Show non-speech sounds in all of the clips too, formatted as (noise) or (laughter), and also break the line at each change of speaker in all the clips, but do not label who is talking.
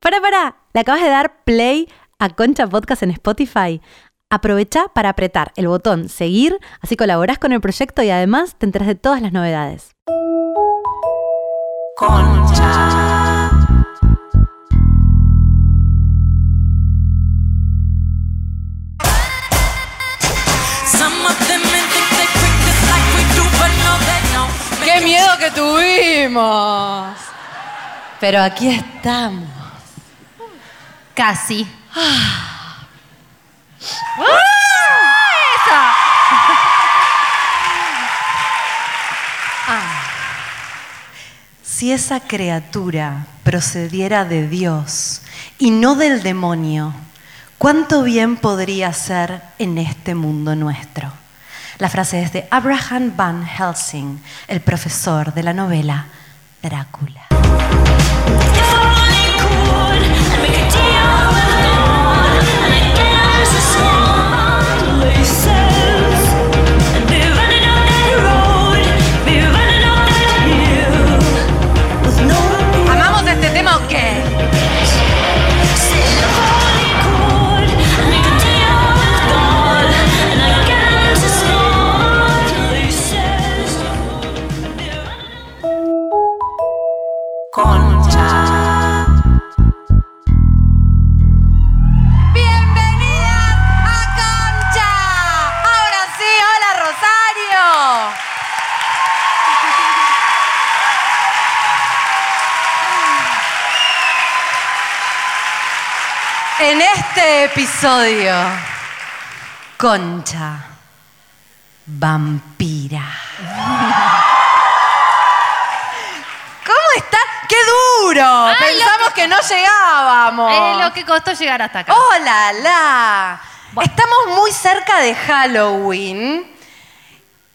Para, para, le acabas de dar play a Concha Podcast en Spotify. Aprovecha para apretar el botón seguir, así colaborás con el proyecto y además te enteras de todas las novedades.
Concha. Some of them men think they quick just like we do, but no, they don't.
¡Qué miedo que tuvimos! Pero aquí estamos. Ah.
Casi.
Si esa criatura procediera de Dios y no del demonio, ¿cuánto bien podría ser en este mundo nuestro? La frase es de Abraham Van Helsing, el profesor de la novela Drácula.
If I only could, I'd make a deal with God, and I guess it's all makes sense. I'd be running up that road, be running up that hill, with no
¿Amamos este tema o qué?
See, if I only could, I'd make a deal with God, and I guess it's all makes sense.
¡Bienvenidas a Concha! Ahora sí, hola Rosario. En este episodio, Concha, vampira. ¿Cómo está? ¡Qué duro!
Ay, Ah, lo
Pensamos que... no llegábamos.
Es lo que costó llegar hasta acá.
¡Hola, la! Estamos muy cerca de Halloween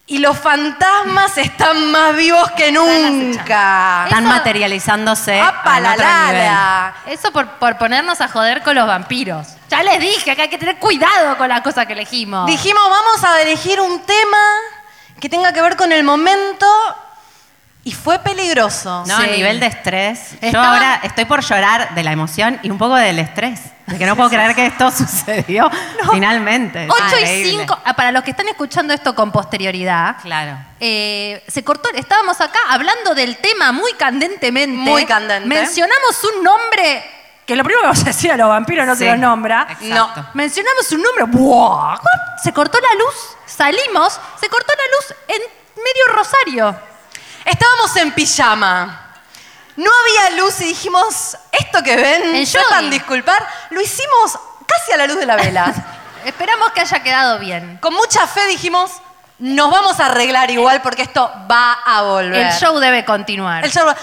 y los fantasmas están más vivos que nunca.
Eso-
Están materializándose
¡Apa,
a
la,
otro
la,
nivel.
la!
Eso por, por ponernos a joder con los vampiros. Ya les dije que hay que tener cuidado con las cosas que elegimos.
Dijimos, vamos a elegir un tema que tenga que ver con el momento y fue peligroso.
No,
Sí.
a nivel de estrés. Yo
Estaba-
ahora estoy por llorar de la emoción y un poco del estrés. De que no puedo creer que esto (laughs) sucedió finalmente. Es
8 y
increíble.
5, Ah, para los que están escuchando esto con posterioridad,
Claro.
eh, se cortó, estábamos acá hablando del tema muy candentemente.
Muy candente.
Mencionamos un nombre, que lo primero que vamos a decir a los vampiros no
Sí.
se los nombra.
Exacto.
No.
Mencionamos un nombre, ¡buah! se cortó la luz, salimos, se cortó la luz en medio Rosario.
Estábamos en pijama. No había luz y dijimos, esto que ven,
En
sepan
jogging.
disculpar, lo hicimos casi a la luz de la vela.
(laughs) Esperamos que haya quedado bien.
Con mucha fe dijimos, nos vamos a arreglar igual porque esto va a volver.
El show debe continuar.
El show va-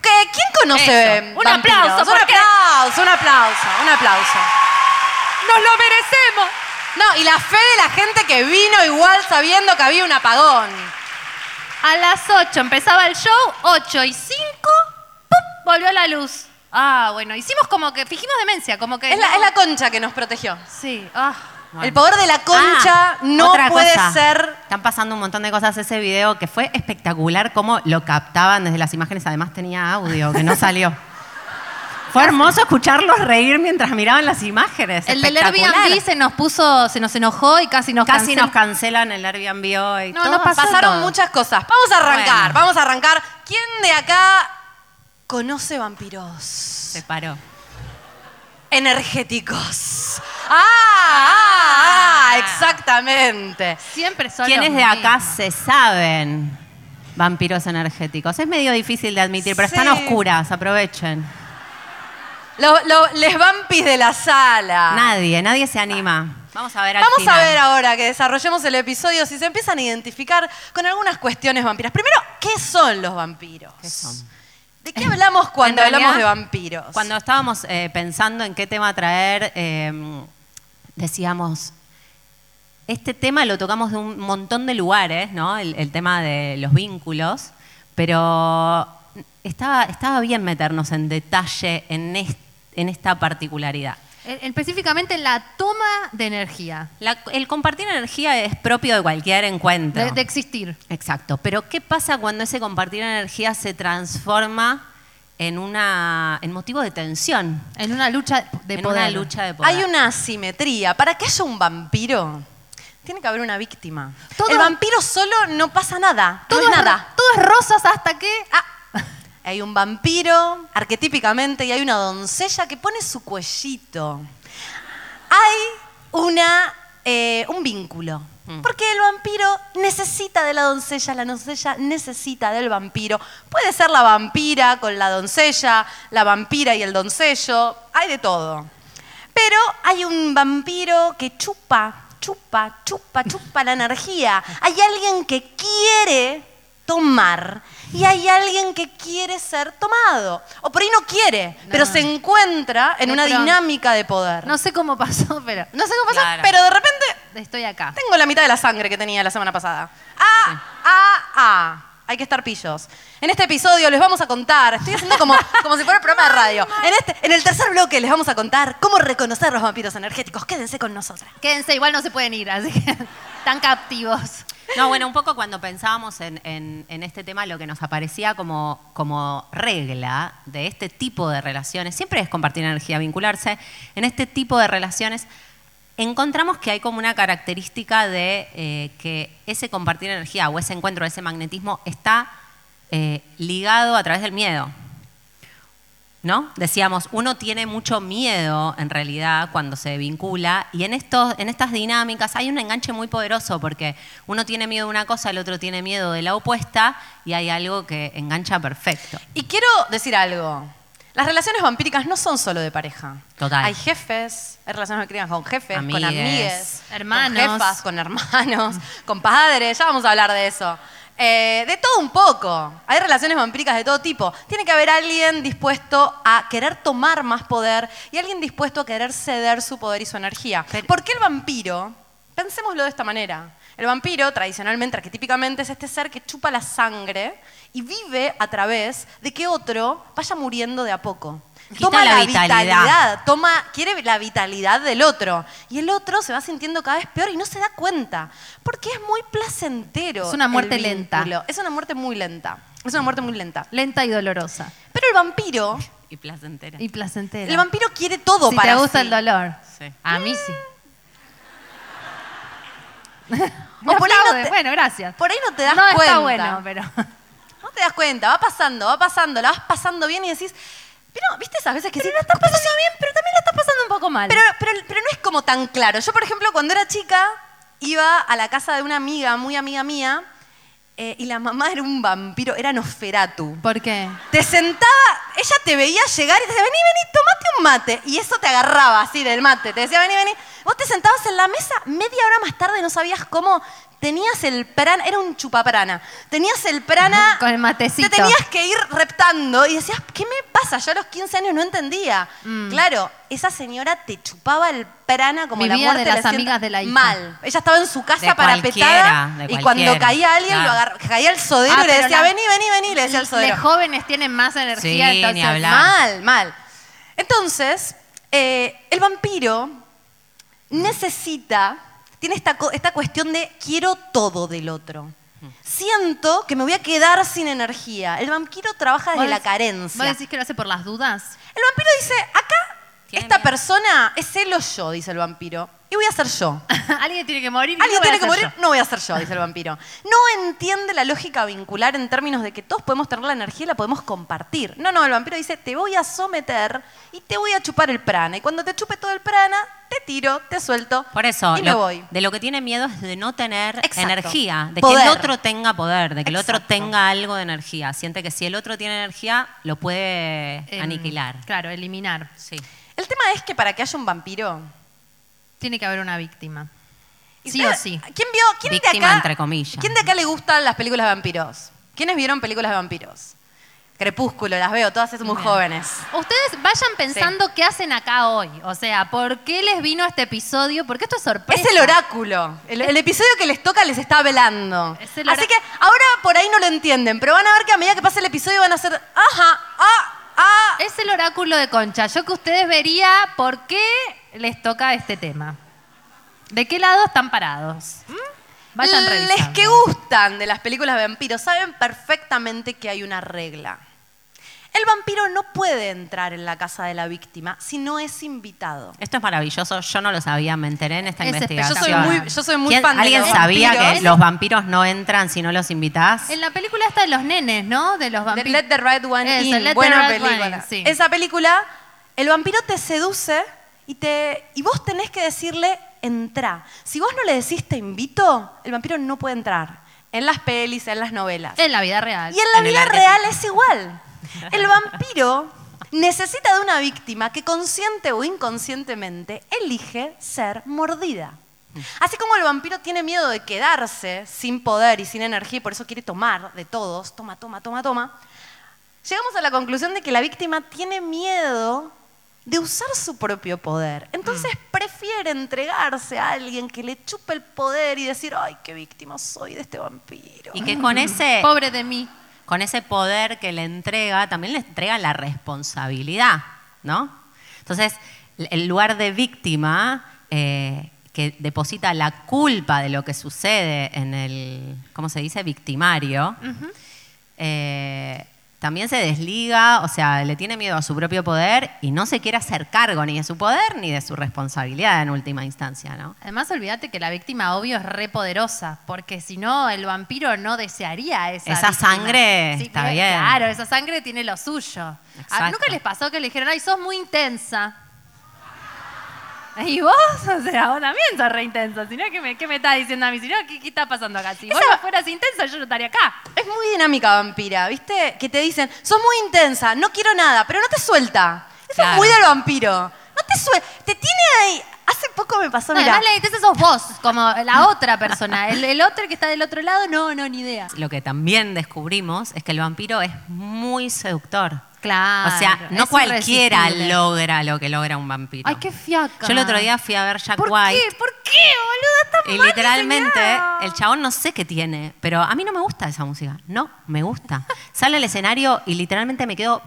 ¿Qué? ¿Quién conoce?
Eso. Un
vampiros?
aplauso,
Un
porque-
aplauso, un aplauso, un aplauso.
¡Nos lo merecemos!
No, y la fe de la gente que vino igual sabiendo que había un apagón.
A las 8 empezaba el show, 8 y 5, ¡pup! volvió la luz. Ah, bueno, hicimos como que, fijimos demencia, como que...
Es la,
no-
es la concha que nos protegió.
Sí, ah.
El poder de la concha
Ah,
no
otra
puede
cosa.
ser...
Están pasando un montón de cosas ese video que fue espectacular cómo lo captaban desde las imágenes. Además tenía audio que no
(laughs)
salió. Fue hermoso escucharlos reír mientras miraban las imágenes.
El del
Espectacular.
Airbnb se nos puso, se nos enojó y casi nos
Casi
cancela.
nos cancelan el Airbnb hoy.
No,
Todo
nos pasó
Pasaron
todo.
muchas cosas. Vamos a
Bueno.
arrancar, vamos a arrancar. ¿Quién de acá conoce vampiros?
Se paró.
energéticos. Ah, ah, ah, exactamente.
Siempre son
¿Quiénes
los
de acá
mismos.
se saben vampiros energéticos? Es medio difícil de admitir, pero están
Sí.
oscuras, aprovechen.
Lo- lo- les vampis de la sala.
Nadie, nadie se
Ah.
anima. Vamos a ver al
Vamos a
final.
ver ahora que desarrollemos el episodio si se empiezan a identificar con algunas cuestiones vampiras. Primero, ¿qué son los vampiros?
son?
¿De qué hablamos cuando
En realidad,
hablamos de vampiros?
Cuando estábamos eh, pensando en qué tema traer, eh, decíamos, este tema lo tocamos de un montón de lugares, ¿no? El, el tema de los vínculos, pero estaba, estaba bien meternos en detalle en, est- en esta particularidad.
Eh, Específicamente en la toma de energía,
La- el compartir energía es propio de cualquier encuentro.
de, de existir.
Exacto. Pero ¿qué pasa cuando ese compartir energía se transforma en, una, en motivo de tensión.
En una lucha de
en
poder.
una lucha de poder.
Hay una asimetría. Para que haya un vampiro, tiene que haber una víctima.
Todo-
El vampiro solo no pasa nada.
Todo
no es
es-
nada.
Todo es rosas hasta que.
Ah, hay un vampiro, arquetípicamente, y hay una doncella que pone su cuellito. Hay una, eh, un vínculo. Porque el vampiro necesita de la doncella, la doncella necesita del vampiro. Puede ser la vampira con la doncella, la vampira y el doncello, hay de todo. Pero hay un vampiro que chupa, chupa, chupa, chupa la energía. Hay alguien que quiere tomar y hay alguien que quiere ser tomado. O por ahí no quiere, pero se encuentra en
De
una
pronto.
dinámica de poder.
No sé cómo pasó, pero. No sé cómo pasó,
Claro.
Pero de repente
pero estoy acá.
tengo la mitad de la sangre que tenía la semana pasada. Ah, ah, ah. Hay que estar pillos. En este episodio les vamos a contar, estoy haciendo
(laughs)
como, como si fuera un programa de radio. En, este, en el tercer bloque les vamos a contar cómo reconocer los vampiros energéticos. Quédense con nosotras.
Quédense, igual no se pueden ir, así que. (laughs) Tan captivos.
No, bueno, un poco cuando pensábamos en, en- en este tema, lo que nos aparecía como, como regla de este tipo de relaciones, siempre es compartir energía, vincularse, en este tipo de relaciones encontramos que hay como una característica de eh, que ese compartir energía o ese encuentro, ese magnetismo está eh, ligado a través del miedo. ¿no? Decíamos, uno tiene mucho miedo en realidad cuando se vincula y en, estos, en estas dinámicas hay un enganche muy poderoso porque uno tiene miedo de una cosa, el otro tiene miedo de la opuesta y hay algo que engancha perfecto.
Y quiero decir algo. Las relaciones vampíricas no son solo de pareja.
Total.
Hay jefes, hay relaciones vampíricas con jefes,
Amigues,
con amigues,
hermanos.
con jefas, con hermanos, (laughs) con padres, ya vamos a hablar de eso. Eh, de todo un poco. Hay relaciones vampíricas de todo tipo. Tiene que haber alguien dispuesto a querer tomar más poder y alguien dispuesto a querer ceder su poder y su energía.
Pero-
¿Por qué el vampiro? Pensémoslo de esta manera. El vampiro, tradicionalmente, arquetípicamente, es este ser que chupa la sangre y vive a través de que otro vaya muriendo de a poco.
Quita la vitalidad.
toma, quiere la vitalidad del otro. Y el otro se va sintiendo cada vez peor y no se da cuenta. Porque es muy placentero.
Es una
el
muerte lenta.
vínculo. Es una muerte muy lenta. Es una muerte muy lenta.
Lenta y dolorosa.
Pero el vampiro,
Y placentera.
Y placentera.
el vampiro quiere todo
si
para
te gusta
sí.
el dolor.
Sí. Ah,
A mí sí.
O por ahí no
Aplaude.
te-
Bueno, gracias.
Por ahí no te das
no
cuenta.
está bueno, pero.
No te das cuenta, va pasando, va pasando, la vas pasando bien y decís, pero, ¿viste esas veces que sí? la estás pasando bien, pero también la estás
pasando un poco mal.
Pero, pero, pero no es como tan claro. Yo, por ejemplo, cuando era chica, iba a la casa de una amiga, muy amiga mía, eh, y la mamá era un vampiro, era Nosferatu.
¿Por qué?
Te sentaba, ella te veía llegar y te decía, vení, vení, tomate un mate. Y eso te agarraba así del mate. Te decía, vení, vení. Vos te sentabas en la mesa media hora más tarde, no sabías cómo. Tenías el prana, era un chupaprana. Tenías el prana.
(laughs) Con el matecito.
Te tenías que ir reptando y decías, ¿qué me pasa? Yo a los 15 años no entendía.
Mm.
Claro, esa señora te chupaba el prana como
Mi
la
vida
muerte
de las
le sienta-
amigas de la hija.
Mal. Ella estaba en su casa
De
parapetada
cualquiera, de
y cuando
cualquiera, Ah.
caía alguien lo
claro.
agarra- caía el sodero
Ah,
y le
pero
decía,
la-
vení, vení, vení, le decía el sodero.
Los jóvenes tienen más energía,
Sí, ni
entonces.
hablar.
Mal, mal. Entonces, eh, el vampiro necesita, tiene esta, co- esta cuestión de quiero todo del otro.
Mm.
Siento que me voy a quedar sin energía. El vampiro trabaja
¿Vos
desde la
decís-
carencia.
¿Vos decís que lo hace por las dudas? (laughs)
El vampiro dice, acá,
Tiene
esta
miedo.
persona es él o yo, dice el vampiro. Y voy a ser yo.
Alguien tiene que morir. y
Alguien
no voy a
tiene que
ser
morir,
yo.
no voy a ser yo, dice el vampiro. No entiende la lógica vincular en términos de que todos podemos tener la energía y la podemos compartir. No, no, el vampiro dice, te voy a someter y te voy a chupar el prana. Y cuando te chupe todo el prana, te tiro, te suelto
Por eso,
y me
lo-
voy.
de lo que tiene miedo es de no tener
Exacto.
energía, de
Poder.
que el otro tenga poder, de que el
Exacto.
otro tenga algo de energía. Siente que si el otro tiene energía, lo puede
Em,
aniquilar.
Claro, eliminar.
Sí.
El tema es que para que haya un vampiro...
Tiene que haber una víctima.
y
Sí o
ustedes-
sí.
¿Quién vio? ¿Quién de
Víctima,
acá?
entre comillas.
¿Quién de acá le gustan las películas de vampiros? ¿Quiénes vieron películas de vampiros? Crepúsculo, las veo, todas somos muy jóvenes.
Ustedes vayan pensando qué hacen acá hoy. O sea, ¿por qué les vino este episodio? Porque esto es sorpresa.
Es el oráculo. El, el episodio que les toca les está velando.
Es el
Así
orá-
que ahora por ahí no lo entienden, pero van a ver que a medida que pase el episodio van a hacer, ajá, ah, ah.
(laughs) Es el oráculo de Concha. Yo que ustedes vería por qué les toca este tema. ¿De qué lado están parados? ¿Mm? Vayan
Les
revisando.
que gustan de las películas de vampiros saben perfectamente que hay una regla. El vampiro no puede entrar en la casa de la víctima si no es invitado.
Esto es maravilloso, yo no lo sabía, me enteré en esta
Es espe-
investigación.
yo soy muy-
yo soy muy
¿Quién-
fan de
¿Alguien
los
sabía
vampiros?
que los vampiros no entran si no los invitás?
En la película está de los nenes, ¿no? De los
The
vampiros.
Let the Right One
Eso,
In.
Let the
Buena
Right One
película.
In, sí.
Esa película, el vampiro te seduce y, te, y vos tenés que decirle, entra. Si vos no le decís, te invito, el vampiro no puede entrar. En las pelis, en las novelas.
En la vida real.
Y en la
En el
vida
arte.
real es igual.
(laughs)
El vampiro necesita de una víctima que consciente o inconscientemente elige ser mordida. Así como el vampiro tiene miedo de quedarse sin poder y sin energía y por eso quiere tomar de todos, toma, toma, toma, toma, llegamos a la conclusión de que la víctima tiene miedo de usar su propio poder. Entonces
Mm.
prefiere entregarse a alguien que le chupe el poder y decir, ay, qué víctima soy de este vampiro.
Y que con ese,
Pobre de mí.
con ese poder que le entrega, también le entrega la responsabilidad, ¿no? Entonces, l- el lugar de víctima eh, que deposita la culpa de lo que sucede en el, ¿cómo se dice? Victimario, eh, también se desliga, o sea, le tiene miedo a su propio poder y no se quiere hacer cargo ni de su poder ni de su responsabilidad en última instancia, ¿no?
Además, olvídate que la víctima, obvio, es repoderosa, porque si no, el vampiro no desearía esa
Esa
víctima.
sangre, está
porque,
bien.
Claro, esa sangre tiene lo suyo. A-
Exacto.
¿Nunca les pasó que le dijeron, ay, sos muy intensa? ¿Y vos? (laughs) O sea, vos también sos re intensa. Si no, ¿qué me, qué me estás diciendo a mí? Si no, ¿qué, qué está pasando acá? Si vos
Esa-
no fueras intensa, yo no estaría acá.
Es muy dinámica vampira, ¿viste? Que te dicen, sos muy intensa, no quiero nada, pero no te suelta. Eso es
Claro.
muy del vampiro. No te suelta. Te tiene ahí. Hace poco me pasó,
No,
mirá.
además, la intensa sos vos, como la otra persona. El, el otro que está del otro lado, no, no, ni idea.
Lo que también descubrimos es que el vampiro es muy seductor.
Claro.
O sea, no
es
cualquiera
irresistible.
logra lo que logra un vampiro.
Ay, qué fiaca.
Yo el otro día fui a ver Jack
¿Por
White
qué? ¿Por qué, boluda? Está
y
mal
literalmente
diseñado.
el chabón no sé qué tiene, pero a mí no me gusta esa música. No, me gusta. Sale al escenario y literalmente me quedo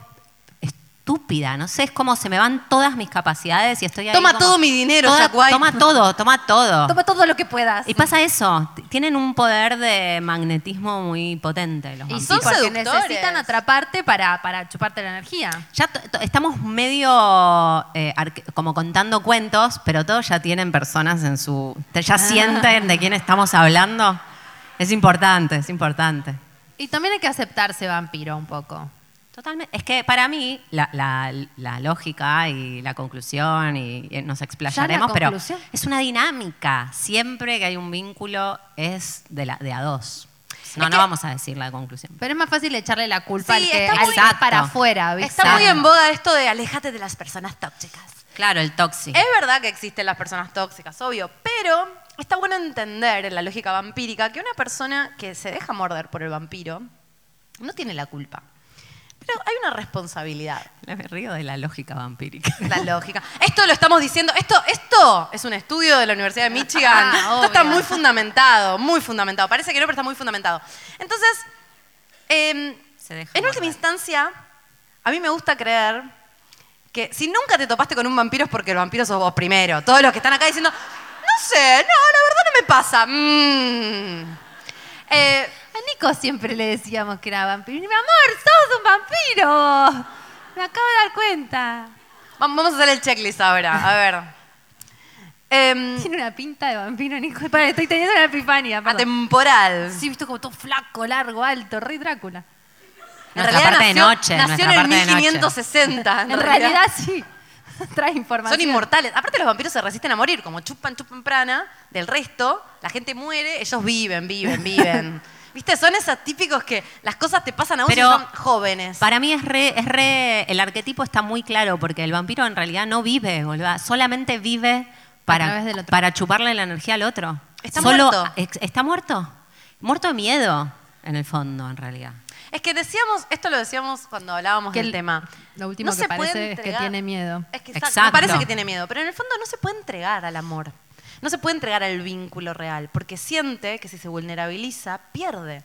estúpida. No sé, es como se me van todas mis capacidades y estoy ahí.
Toma
como-
todo mi dinero,
Toda-
Jack White.
Toma todo, toma todo.
Toma todo lo que puedas.
Y pasa eso, t- tienen un poder de magnetismo muy potente los
Y
vampiros.
sí, porque
seductores.
necesitan atraparte para, para chuparte la energía.
Ya to- to- estamos medio eh, arque- como contando cuentos, pero todos ya tienen personas en su... te- (laughs) Ya sienten de quién estamos hablando. Es importante, es importante.
Y también hay que aceptarse vampiro un poco.
Totalmente. Es que para mí la, la- la lógica y la conclusión, y, y nos explayaremos, pero
conclusión?
es una dinámica. Siempre que hay un vínculo es de, la, de a dos. No,
Es
no
que-
vamos a decir la conclusión.
Pero es más fácil echarle la culpa
Sí,
al que
está
al
muy-
que es
Exacto.
para afuera, ¿viste?
Está muy en boda esto de alejate de las personas tóxicas.
Claro, el tóxico.
Es verdad que existen las personas tóxicas, obvio, pero está bueno entender en la lógica vampírica que una persona que se deja morder por el vampiro no tiene la culpa. Pero hay una responsabilidad.
Me río de la lógica vampírica.
La lógica. Esto lo estamos diciendo, esto, esto es un estudio de la Universidad de Michigan.
Ah,
esto está
obvio.
muy fundamentado, muy fundamentado. Parece que no, pero está muy fundamentado. Entonces, em,
Se
en
deja
última
guardar.
instancia, a mí me gusta creer que si nunca te topaste con un vampiro es porque el vampiro sos vos primero. Todos los que están acá diciendo, no sé, no, la verdad no me pasa. Mm. Eh,
A Nico siempre le decíamos que era vampiro. Y, Mi amor, sos un vampiro. Me acabo de dar cuenta.
vam- vamos a hacer el checklist ahora, a ver. Em,
Tiene una pinta de vampiro, Nico. Pará, estoy teniendo una epifanía. perdón.
atemporal.
Sí, visto como todo flaco, largo, alto, rey Drácula.
En
Nuestra
realidad
parte de
nació-
noche,
Nació
nuestra
en
parte de
el
noche.
1560.
En realidad sí. (laughs) Trae información.
Son inmortales. Aparte, los vampiros se resisten a morir. Como chupan, chupan prana del resto, la gente muere, ellos viven,
(laughs)
viven, viven. ¿Viste? Son esos típicos que las cosas te pasan a vos y
Pero-
son jóvenes.
Para mí es re, es re- el arquetipo está muy claro porque el vampiro en realidad no vive, boluda, solamente vive para,
través del otro.
para chuparle la energía al otro.
Está
Solo-
muerto.
ex- está muerto. Muerto de miedo, en el fondo, en realidad.
Es que decíamos, esto lo decíamos cuando hablábamos
Que
del
el-
tema.
lo último que
se puede
parece es que
entregar.
tiene miedo.
Es que exacto,
Exacto.
parece que tiene miedo, pero en el fondo no se puede entregar al amor. No se puede entregar al vínculo real, porque siente que si se vulnerabiliza, pierde.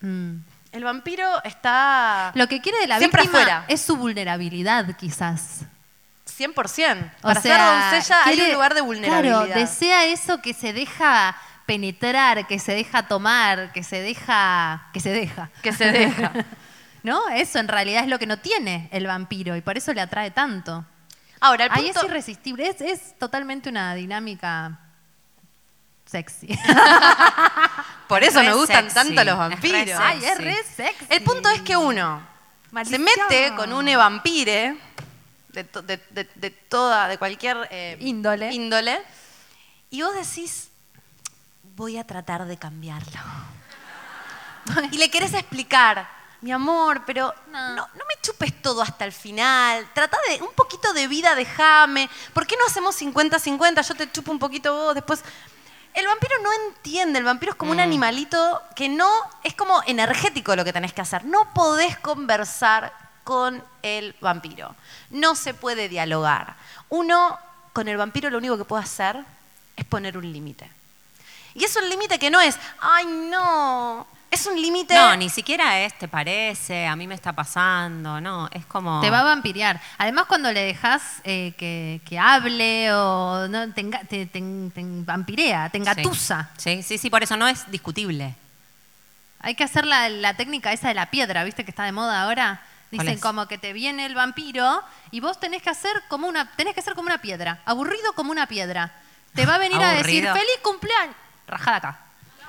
Mm.
El vampiro está
Lo que quiere de la
Siempre
víctima
afuera.
es su vulnerabilidad, quizás.
100%.
O
Para
sea,
ser doncella hay
quiere-
un lugar de
Claro,
vulnerabilidad.
desea eso que se deja penetrar, que se deja tomar, que se deja. que se deja.
que se deja.
(laughs) ¿No? Eso en realidad es lo que no tiene el vampiro y por eso le atrae tanto.
Ahora, el
Ahí
punto,
es irresistible, es, es totalmente una dinámica sexy.
(laughs) por eso
re
me gustan
sexy,
tanto los
es re
vampiros.
sexy.
Ay, es re sexy.
El punto es que uno
Maldición.
se mete con un vampire de, to- de- de- de toda, de cualquier eh,
Índole.
índole, y vos decís, voy a tratar de
(laughs)
cambiarlo. y le querés explicar, mi amor, pero no. No, me chupes todo hasta el final, trata de un poquito de vida, déjame, ¿por qué no hacemos 50-50? Yo te chupo un poquito vos, después... El vampiro no entiende, el vampiro es como un animalito que no, es como energético lo que tenés que hacer. No podés conversar con el vampiro. No se puede dialogar. Uno, con el vampiro lo único que puede hacer es poner un límite. Y es un límite que no es, ay no, es un límite...
No, ni siquiera es, te parece, a mí me está pasando, no, es como...
Te va a vampirear. Además, cuando le dejas eh, que, que hable o no, te, enga- te- te en- te en- vampirea, te engatusa.
Sí. sí, sí, sí, por eso no es discutible.
Hay que hacer la, la técnica esa de la piedra, ¿viste? Que está de moda ahora.
¿Cuál
Dicen
es?
como que te viene el vampiro y vos tenés que hacer como una, tenés que hacer como una piedra, aburrido como una piedra. Te va a venir a decir
Aburrido.
feliz cumpleaños. Rajada acá.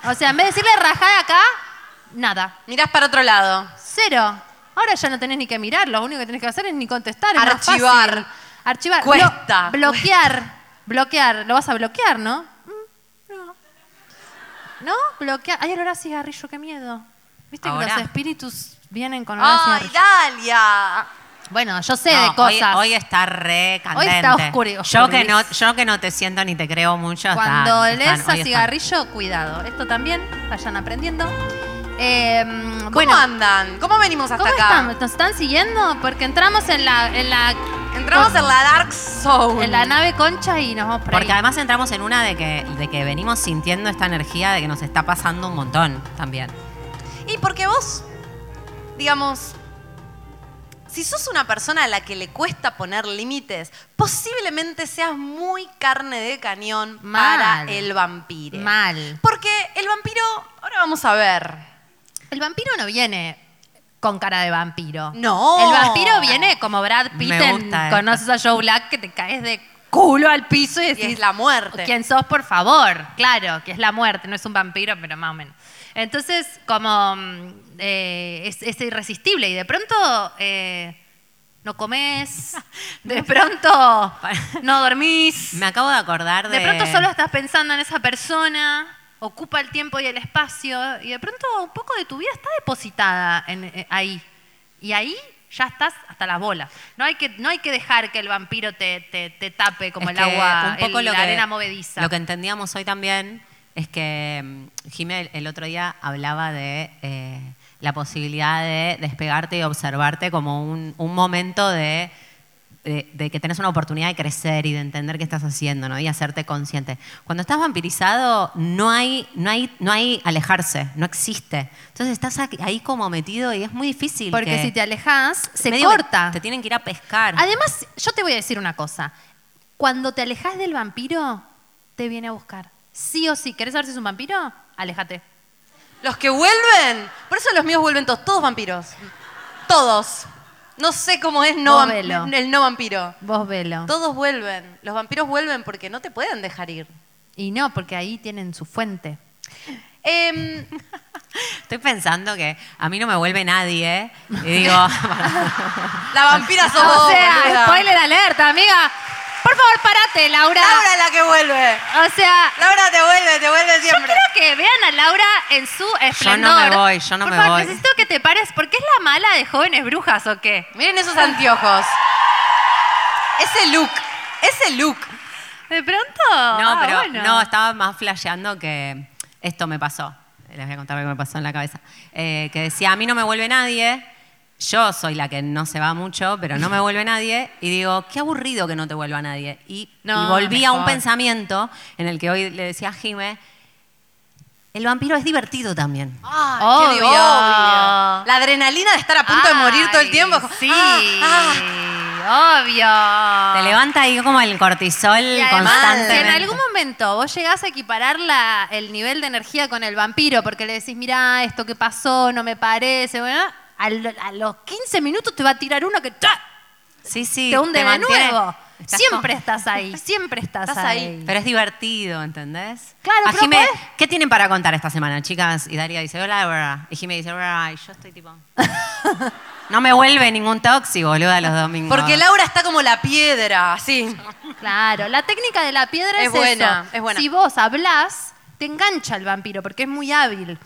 O sea, en vez de decirle rajada acá, nada.
Mirás para otro lado.
Cero. Ahora ya no tenés ni que mirar, lo único que tenés que hacer es ni contestar. es más
Archivar.
fácil. Archivar.
Cuesta.
Blo- bloquear. Bloquear. Lo vas a bloquear, ¿no? Mm, No. ¿No? Bloquear. Ay, el olor a cigarrillo, qué miedo. Viste que
Ahora.
los espíritus vienen con olor a
Ay,
cigarrillo.
Dalia.
Bueno, yo sé de
No, hoy-
cosas.
Hoy, está re
Hoy
candente.
está oscuro-
Yo que, no,
oscuris.
yo que no te siento ni te creo mucho. están-
Cuando lees
están-
a
hoy están-
cigarrillo, cuidado. Esto también, vayan aprendiendo. Eh,
¿Cómo
bueno,
andan? ¿Cómo venimos hasta
¿cómo
acá?
estamos? ¿Nos están siguiendo? Porque entramos en la... En la
Entramos en la Dark Zone.
En la nave concha y nos vamos por
Porque
ahí.
además entramos en una de que, de que venimos sintiendo esta energía de que nos está pasando un montón también.
Y porque vos, digamos, si sos una persona a la que le cuesta poner límites, posiblemente seas muy carne de cañón
Mal.
para el vampiro.
Mal.
Porque el vampiro, ahora vamos a ver.
El vampiro no viene con cara de vampiro.
No.
El vampiro viene como Brad Pitt
Me
en
gusta esto.
Conoces a Joe Black que te caes de culo al piso y
Y
decís,
es la muerte.
¿Quién sos, por favor? Claro, que es la muerte, no es un vampiro, pero más o menos. Entonces, como mm, eh, es, es irresistible y de pronto eh,
(laughs)
no comes, de pronto no dormís.
Me acabo de acordar de.
De pronto solo estás pensando en esa persona, ocupa el tiempo y el espacio, y de pronto un poco de tu vida está depositada en- eh, ahí. Y ahí ya estás hasta las bolas. No hay que, no hay que dejar que el vampiro te, te- te tape como
Es
el
que
agua,
un poco
el-
lo
la
que-
arena movediza.
Lo que entendíamos hoy también es que mm, Jimé el otro día hablaba de eh, la posibilidad de despegarte y observarte como un, un momento de, de- de que tenés una oportunidad de crecer y de entender qué estás haciendo ¿no? y hacerte consciente. Cuando estás vampirizado no hay, no, hay, no hay alejarse, no existe. Entonces estás aquí- ahí como metido y es muy difícil.
Porque
que-
si te alejas, se
medio que
corta.
Te tienen que ir a pescar.
Además, yo te voy a decir una cosa. Cuando te alejas del vampiro, te viene a buscar. Sí o sí. ¿Querés saber si es un vampiro? Aléjate.
Los que vuelven, por eso los míos vuelven todos, todos vampiros. Todos. No sé cómo es no vam-
Novelo.
el no vampiro.
Vos velo.
Todos vuelven. Los vampiros vuelven porque no te pueden dejar ir.
Y no, porque ahí tienen su fuente.
Em,
Estoy pensando que a mí no me vuelve nadie. ¿eh? Y (laughs) digo,
la
(laughs)
vampira sos vos.
Ah, o sea,
boluda.
spoiler alerta, amiga. Por favor, parate, Laura.
Laura es la que vuelve.
O sea,
Laura te vuelve, te vuelve
yo
siempre.
quiero que vean a Laura en su esplendor.
me voy, yo no
Por
me
favor,
voy.
necesito que te pares, porque es la mala de jóvenes brujas o qué.
Miren esos anteojos. Ese look, ese look.
De pronto.
no,
ah,
pero
bueno.
no, estaba más flasheando que esto me pasó. Les voy a contar lo que me pasó en la cabeza. Eh, que decía, a mí no me vuelve nadie. Yo soy la que no se va mucho, pero no me vuelve nadie. Y digo, qué aburrido que no te vuelva nadie. Y,
No,
y volví a un
mejor.
pensamiento en el que hoy le decía a Jime, el vampiro es divertido también.
Ah,
Obvio.
digo, obvio. La adrenalina de estar a punto de morir todo el
Ay,
tiempo.
Sí,
Ah, ah.
Te
obvio.
levanta ahí como el cortisol
Y además, si
constantemente.
en algún momento vos llegás a equiparar la- el nivel de energía con el vampiro, porque le decís, mirá, esto que pasó, no me parece, bueno, al- a los 15 minutos te va a tirar uno que ¡tra!
Sí, sí.
te hunde de
mantiene-
nuevo.
Estás
siempre
con-
estás ahí, siempre estás,
Estás ahí.
ahí.
Pero es divertido, ¿entendés?
Claro,
A
pero
Jime,
podés-
¿Qué tienen para contar esta semana, chicas? Y Daria dice, hola, bra". Y Jime dice, bra", y yo estoy
(laughs)
tipo... no me vuelve ningún toxi, boluda, los domingos.
Porque Laura está como la piedra, así.
Claro, la técnica de la piedra
Es
es,
buena,
eso.
es buena.
Si vos hablás, te engancha el vampiro porque es muy hábil.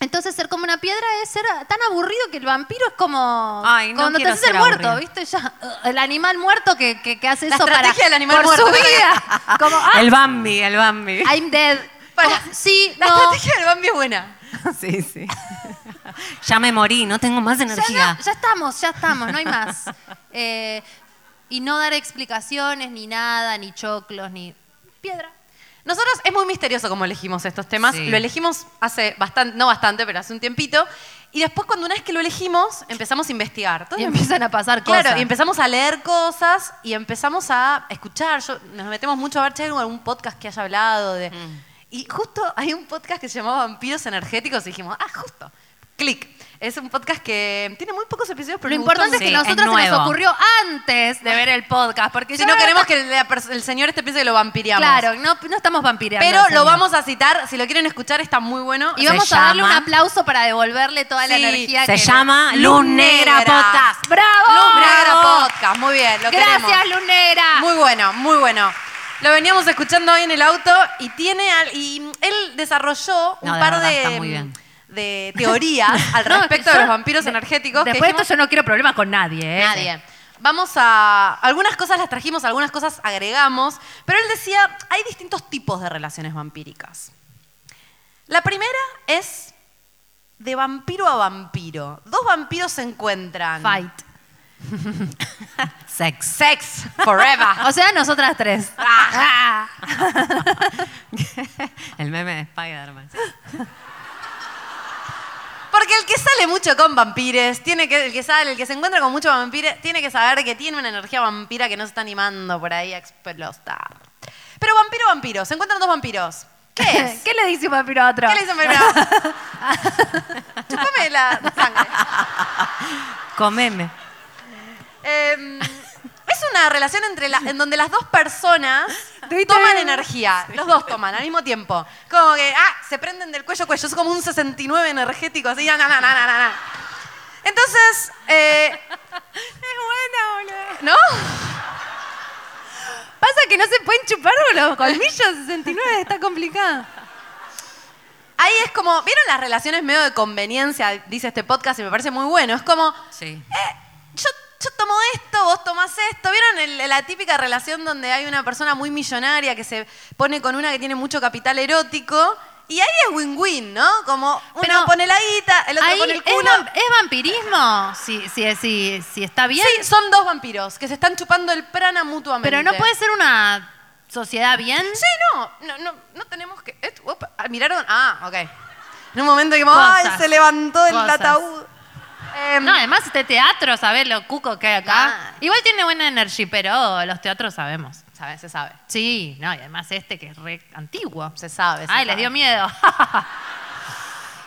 Entonces ser como una piedra es ser tan aburrido que el vampiro es como
Ay, no
cuando te
quiero
haces el
ser
muerto,
aburrida.
¿viste? Ya, uh, el animal muerto que, que- que hace
La
eso para
estrategia del animal
por su
muerto.
vida.
(laughs)
Como ah,
El Bambi, el Bambi.
I'm dead.
Para.
Como, sí,
La
no.
estrategia del Bambi es buena.
(laughs) Sí, sí. (laughs) ya me morí, no tengo más
Ya,
energía.
no, ya estamos, ya estamos, no hay más. (laughs) Eh, y no dar explicaciones ni nada, ni choclos, ni piedra.
Nosotros es muy misterioso cómo elegimos estos temas.
Sí.
Lo elegimos hace bastante, no bastante, pero hace un tiempito. Y después cuando una vez que lo elegimos, empezamos a investigar. Entonces,
Y empiezan a pasar cosas.
Claro, y empezamos a leer cosas y empezamos a escuchar. Yo- nos metemos mucho a ver si hay algún podcast que haya hablado de. Y justo hay un podcast que se llamaba Vampiros Energéticos y dijimos, ah, justo, clic. Es un podcast que tiene muy pocos episodios, pero
Lo
me gustó
importante es que
Sí,
a
es
nosotros se
nuevo.
nos ocurrió antes de ver el podcast, porque
mucho. Si no queremos Ah. que la pers- el señor este piense que lo vampireamos.
Claro, no, no estamos vampireando.
Pero
señor.
lo vamos a citar, si lo quieren escuchar está muy bueno.
Y
O sea,
vamos
se
a darle un
llama-
aplauso para devolverle toda la
Sí,
energía
Se
que...
llama Luz
Luz
Negra
Negra.
Podcast.
¡Bravo!
Luz Negra Podcast, muy bien, lo queremos.
Gracias, Luz Negra.
Muy bueno, muy bueno. Lo veníamos escuchando hoy en el auto y tiene al- y él desarrolló un
No, de
par
verdad, está muy
de,
bien.
de
(laughs)
teorías al
No,
respecto
yo-
de los vampiros
de-
energéticos. que
Después de
dijimos-
esto yo no quiero problemas con nadie, ¿eh?
Nadie. Vamos a. Algunas cosas las trajimos, algunas cosas agregamos, pero él decía: hay distintos tipos de relaciones vampíricas. La primera es de vampiro a vampiro. Dos vampiros se encuentran. (laughs)
Fight.
Sex.
Sex forever.
O sea, nosotras tres. (laughs)
(laughs) El meme de Spider-Man.
Porque el que sale mucho con vampires, tiene que, el que sale, el que se encuentra con muchos vampires, tiene que saber que tiene una energía vampira que no se está animando por ahí a explotar. Pero vampiro, vampiro, se encuentran dos vampiros.
(laughs)
¿Qué es?
¿Qué le dice un vampiro a otro?
¿Qué le dicen primero?
(laughs)
(laughs) Chupame la sangre.
Comeme.
Eh, es una relación entre la- en donde las dos personas toman energía. Los dos toman al mismo tiempo. Como que, ah, se prenden del cuello a cuello. Es como un 69 energético. Así, na, na, na, na, na, na. Entonces, eh, ¿no?
Pasa que no se pueden chupar los colmillos 69, está complicado.
Ahí es como, ¿vieron las relaciones medio de conveniencia? Dice este podcast y me parece muy bueno. Es como, eh,
Sí.
yo, yo tomo esto, vos tomás esto. ¿Vieron el- la típica relación donde hay una persona muy millonaria que se pone con una que tiene mucho capital erótico? Y ahí es win-win, ¿no? Como uno
Pero
pone la guita, el otro
Ahí
pone el
es,
culo.
vam- es vampirismo, si, si, si, si está bien.
Sí, son dos vampiros que se están chupando el prana mutuamente.
pero no puede ser una sociedad bien.
Sí, no, no, no, no tenemos que... et- opa, ah, miraron, ah, ok. En un momento que como,
Cosas.
ay, se levantó del
Cosas.
ataúd. Em,
No, además este teatro, ¿sabes lo cuco que hay acá?
Claro.
Igual tiene buena energía, pero los teatros sabemos.
sabe, se sabe,
Sí, no, y además este que es re antiguo.
se sabe. se
Ay, les
sabe.
dio miedo.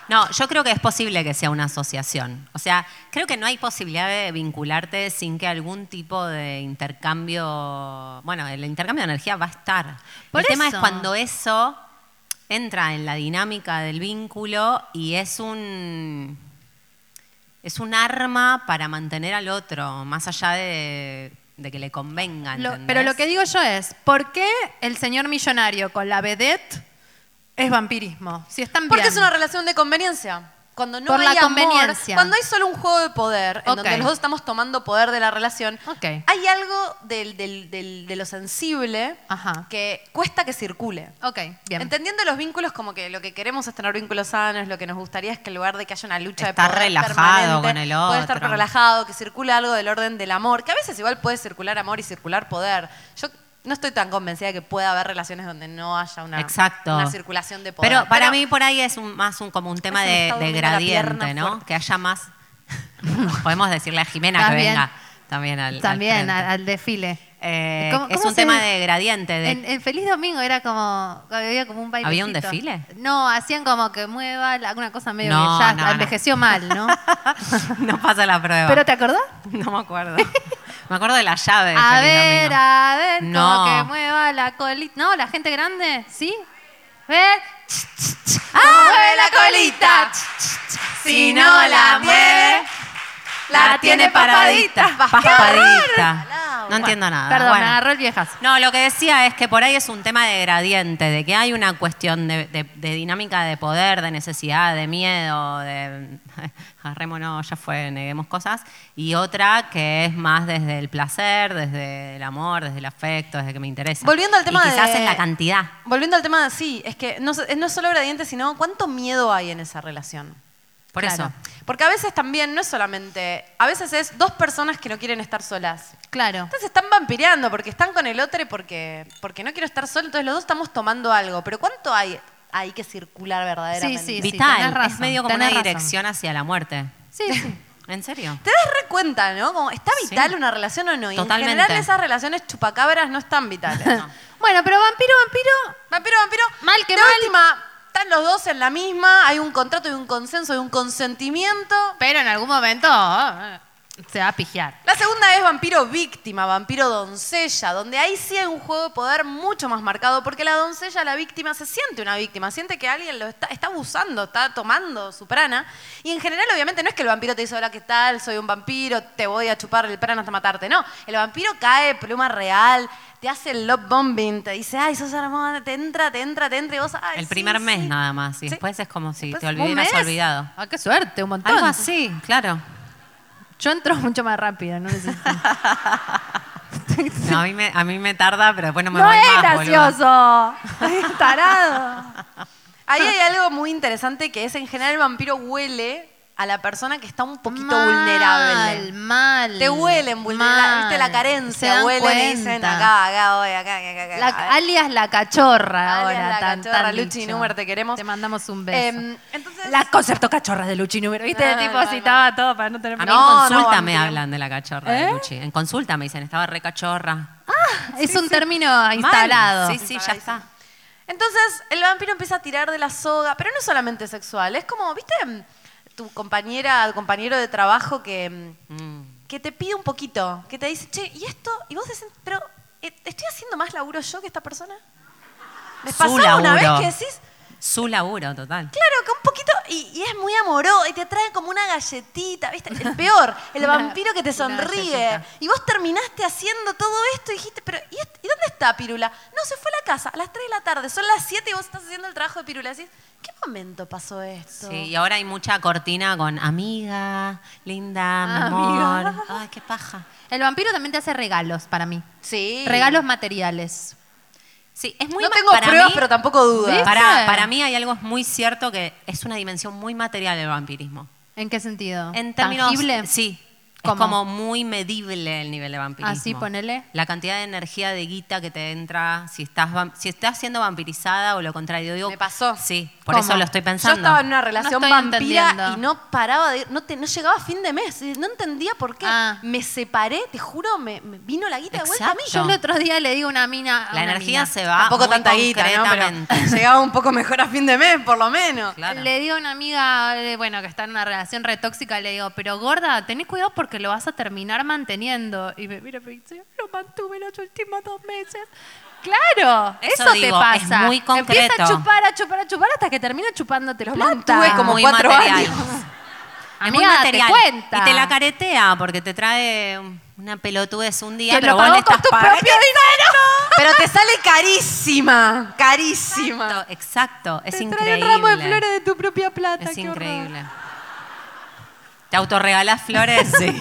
No, yo creo que es posible que sea una asociación. O sea, creo que no hay posibilidad de vincularte sin que algún tipo de intercambio, bueno, el intercambio de energía va a estar.
Por
el tema es
eso.
cuando eso entra en la dinámica del vínculo y es un es un arma para mantener al otro, más allá de, de que le convenga.
(laughs) Lo-
¿entendés?
pero lo que digo yo es, ¿por qué el señor millonario con la vedette es vampirismo? Si están bien.
Porque es una relación de conveniencia. Cuando no
Por
hay
la
amor,
conveniencia.
cuando hay solo un juego de poder, en
Ok.
donde los dos estamos tomando poder de la relación,
Ok.
hay algo del- del- del- de lo sensible
Ajá.
que cuesta que circule.
Ok, bien.
Entendiendo los vínculos como que lo que queremos es tener vínculos sanos, lo que nos gustaría es que en lugar de que haya una lucha
Estar
de poder
relajado
permanente,
con el
poder estar
otro.
relajado, que circule algo del orden del amor, que a veces igual puede circular amor y circular poder. Yo no estoy tan convencida de que pueda haber relaciones donde no haya una,
Exacto.
una circulación de poder.
Pero para mí
(laughs)
por ahí es un- más un, como un tema
Ay, se me
de,
está
de
durmiendo la
gradiente,
pierna
¿no?
fuerte.
Que haya
(laughs)
más. Podemos decirle a Jimena que
También.
venga también al. al
También
frente.
al, al desfile.
Eh,
¿Cómo-
es
cómo
un
se-
tema de gradiente. De,
En, en Feliz Domingo era como. Había como un baile.
¿Había un desfile?
No, hacían como que mueva la- alguna cosa medio
No,
que ya
no, no.
envejeció mal, ¿no?
(laughs) no pasa la prueba.
¿Pero te acordás?
No me acuerdo. me acuerdo de la llave. de
A
Feliz
ver,
Domingo.
a ver,
No.
como que mueva la colita. No, la gente grande, ¿sí? ¿Ves?
¡Ah! Mueve la colita. Si no la mueve, la tiene papadita.
Paspadita. No entiendo nada.
Perdón,
Bueno.
me agarró el viejazo.
No, lo que decía es que por ahí es un tema de gradiente, de que hay una cuestión de, de- de dinámica de poder, de necesidad, de miedo, de (laughs) agarrémonos, ya fue, neguemos cosas, y otra que es más desde el placer, desde el amor, desde el afecto, desde que me interesa.
Volviendo al tema
y quizás
de-
es la cantidad.
Volviendo al tema, sí, es que no, es- no es solo gradiente, sino cuánto miedo hay en esa relación.
Por
Claro.
eso.
Porque a veces también no es solamente, a veces es dos personas que no quieren estar solas.
Claro.
Entonces están vampireando porque están con el otro y porque, porque no quiero estar solo, entonces los dos estamos tomando algo. Pero ¿cuánto hay ahí que circular verdaderamente?
Sí, sí,
Vital,
tenés razón,
es medio como una
tenés razón.
dirección hacia la muerte.
Sí, sí.
¿En serio?
Te das re cuenta, ¿no? Como, ¿Está
Sí.
vital una relación o no? Y
Totalmente.
en general esas relaciones chupacabras no están vitales.
Bueno, pero vampiro, vampiro.
Vampiro, vampiro.
Mal que
de
mal.
última, están los dos en la misma, hay un contrato y un consenso y un consentimiento.
Pero en algún momento
oh,
ah, se va a pijear.
La segunda es vampiro víctima, vampiro doncella, donde ahí sí hay un juego de poder mucho más marcado, porque la doncella, la víctima, se siente una víctima, siente que alguien lo está, está abusando, está tomando su prana. Y en general, obviamente, no es que el vampiro te dice, hola, ¿qué tal? Soy un vampiro, te voy a chupar el prana hasta matarte. No, el vampiro cae, pluma real, te hace el love bombing, te dice, ay, sos hermosa, te entra, te entra, te entra, y vos, ay,
El
sí,
primer mes
sí".
nada más, y
Sí.
después es como si
Después
te
Pues ¿Un
olvidieras
mes?
olvidado.
(laughs)
Ah, qué suerte, un montón.
Algo así, claro.
Yo entro (laughs) mucho más rápido, no necesito.
No, a, mí me, a mí me tarda, pero después no me
¡No
voy
es
más, boluda.
gracioso!
(laughs)
Ay, ¡Tarado!
Ahí hay algo muy interesante que es, en general, el vampiro huele a la persona que está un poquito vulnerable.
Mal, mal.
Te huelen, vulnerable.
mal.
Viste la
Se
carencia,
dan
huelen y dicen
cuenta.
acá, acá, voy, acá, acá, acá.
La-
acá.
alias la cachorra
Alias
ahora.
la
tan-
cachorra,
tan
Luchi
dicho.
Numer, te queremos.
Te mandamos un beso.
Em, entonces,
las concepto cachorras de Luchi Numer. ¿Viste?
No,
el tipo
no, no.
citaba todo para no tener
A mí
No, ¿Eh?
en consulta
no,
me
vampiro.
hablan de la cachorra de Luchi. En consulta me dicen, estaba re cachorra.
Es un término instalado.
Sí, sí, ya está.
entonces, el vampiro empieza a tirar de la soga, pero no es solamente sexual, es como, ¿viste? Tu compañera, tu compañero de trabajo que, que te pide un poquito, que te dice, che, ¿y esto? Y vos decís, pero eh, ¿estoy haciendo más laburo yo que esta persona? ¿Les pasó una vez que decís,
Su laburo, total.
Claro, que un poquito, y, y es muy amoroso, y te trae como una galletita, ¿viste? El peor, (laughs) el
Una-
vampiro que te
una
sonríe.
galletita.
Y vos terminaste haciendo todo esto y dijiste, pero ¿y, este- y dónde está Pirula? No, se fue a la casa a las 3 de la tarde, son las 7 y vos estás haciendo el trabajo de Pirula. Decís, ¿qué momento pasó esto?
Sí, y ahora hay mucha cortina con amiga, linda, mi
Ah,
amor.
amiga.
Ay, qué paja.
El vampiro también te hace regalos para mí.
Sí.
Regalos materiales.
Sí, es muy
(laughs) no
ma-
tengo
para
pruebas,
mí-
pero tampoco dudas.
¿Sí?
Para,
¿Viste?
para mí hay algo muy cierto que es una dimensión muy material el vampirismo.
¿En qué sentido?
En términos.
¿Tangible?
Sí.
¿Cómo?
Es como muy medible el nivel de vampirismo.
Así, ponele.
La cantidad de energía de guita que te entra, si estás, vam- si estás siendo vampirizada o lo contrario. Digo,
Me pasó.
Sí, por
¿Cómo?
eso lo estoy pensando.
Yo estaba en una relación
No estoy
vampira
entendiendo.
y no paraba de ir, no, te- no llegaba a fin de mes, y no entendía por qué.
Ah.
Me separé, te juro, me, me vino la guita de vuelta a mí.
Exacto.
Yo el otro día le digo a una mina. a
La
una
energía
mina.
se va.
Tampoco
muy
tanta guita, ¿no? Pero
concretamente.
(laughs) llegaba un poco mejor a fin de mes, por lo menos.
Claro.
Le digo a una amiga, eh, bueno, que está en una relación re tóxica, le digo, pero gorda, tenés cuidado porque lo vas a terminar manteniendo. Y me mira, me dice, lo mantuve los últimos dos meses. Claro, eso,
Eso
te
digo, es
pasa.
muy concreto.
Empieza a chupar, a chupar, a chupar hasta que termina chupándote los plata.
mantuve como
Muy
cuatro
material. (laughs)
años.
Es muy
Amiga, date
material.
cuenta.
Y te la caretea porque te trae una pelotudez un día,
Que
pero
lo
vos le
pagó con
estás
tu
pagando.
propio dinero.
Pero te sale carísima, carísima.
Exacto, exacto. Es
Te
increíble.
Trae un ramo de flores de tu propia plata.
Es
qué horror.
increíble. ¿Te autorregalás flores? (laughs) Sí.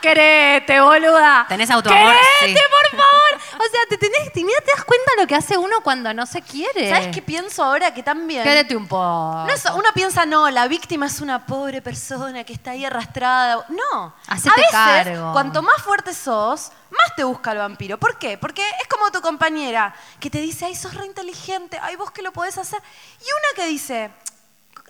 Querete, boluda.
¿Tenés autoamor?
Querete,
Sí.
por favor. O sea, te tenés, te, mira, te das cuenta lo que hace uno cuando no se quiere.
¿Sabes qué pienso ahora? Que también...
Querete un poco.
No es- uno piensa, no, la víctima es una pobre persona que está ahí arrastrada. No.
Hacete
a veces,
cargo.
cuanto más fuerte sos, más te busca el vampiro. ¿Por qué? Porque es como tu compañera que te dice, ay, sos re inteligente, ay, vos que lo podés hacer. Y una que dice,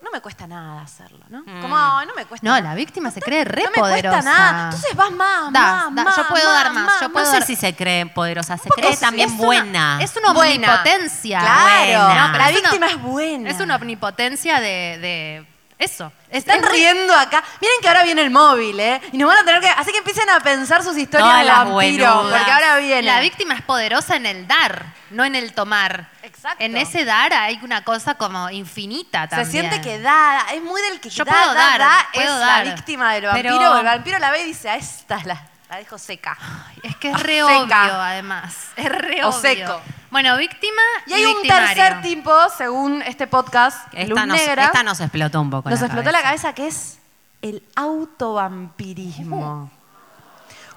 no me cuesta nada hacerlo, ¿no?
Mm.
Como, "Ay, no me cuesta
No,
nada".
la víctima se cree re
no me
poderosa.
cuesta nada. Entonces vas más,
Da,
más,
da,
más,
yo puedo dar más, yo puedo
No sé
dar-
si se cree poderosa, se
poco
cree
sí.
también
Es una-
buena.
Es una
Buena.
omnipotencia.
Claro,
Buena.
No, pero la
Es una-
víctima es buena.
Es una omnipotencia de, de eso. Es-
Están
es muy-
riendo acá. Miren que ahora viene el móvil, ¿eh? Y nos van a tener que. Así que empiecen a pensar sus historias
Todas
de
las
vampiro.
buenudas.
Porque ahora viene.
La víctima es poderosa en el dar, no en el tomar.
Exacto.
En ese dar hay una cosa como infinita
se
también.
siente que da, es muy del que
Yo
da, da,
puedo dar,
da,
puedo
es
dar.
la víctima del
Pero-
vampiro, o el vampiro la ve y dice, a esta la, la dejo seca.
Es que es re
Seca.
obvio, además. Es re
O
obvio.
seco.
Bueno, víctima
Y hay un
victimario.
tercer tipo, según este podcast, Luz
Esta nos,
Negra,
esta nos explotó un poco.
nos explotó la cabeza, que es el autovampirismo.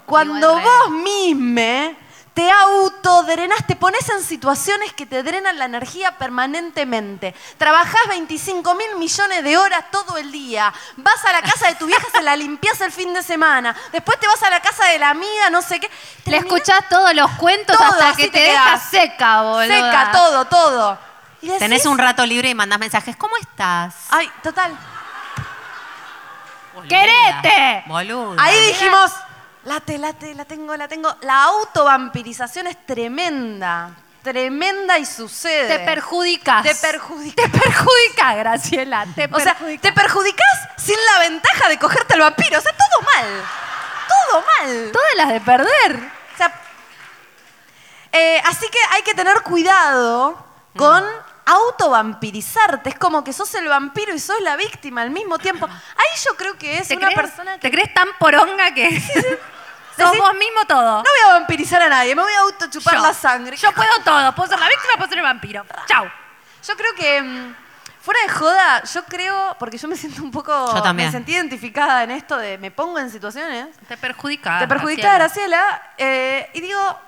Cuando
Igual re.
vos mismo te autodrenás, te pones en situaciones que te drenan la energía permanentemente. Trabajás 25 mil millones de horas todo el día. Vas a la casa de tu vieja, se la
(laughs)
limpias el fin de semana. Después te vas a la casa de la amiga, no sé qué.
Le
Terminás
escuchás todos los cuentos
todo,
hasta
así
que te, deja
quedás.
seca, boludo.
Seca, todo, todo. Y decís,
Tenés un rato libre y mandás mensajes. ¿Cómo estás?
Ay, total.
Boluda.
¡Querete!
Boluda.
Ahí dijimos, late, late, la tengo, la tengo. La autovampirización es tremenda, tremenda y sucede.
Te perjudicas.
Te perjudicas. Te perjudicas, Graciela. Te o sea, te perjudicas sin la ventaja de cogerte al vampiro. O sea, todo mal. Todo mal.
Todas las de perder.
O sea, eh, así que hay que tener cuidado con autovampirizarte. Es como que sos el vampiro y sos la víctima al mismo tiempo. Ahí yo creo que es
¿Te,
una
crees,
persona que...
te crees tan poronga que (laughs) sos
Decís,
vos mismo todo.
No voy a vampirizar a nadie, me voy a autochupar
Yo.
la sangre.
Yo puedo todo. Puedo ser la víctima, puedo ser el vampiro. Chau.
Yo creo que, mm, fuera de joda, yo creo, porque yo me siento un poco.
Yo también.
Me sentí identificada en esto de me pongo en situaciones.
Te perjudicas.
te perjudica Graciela. eh, y digo,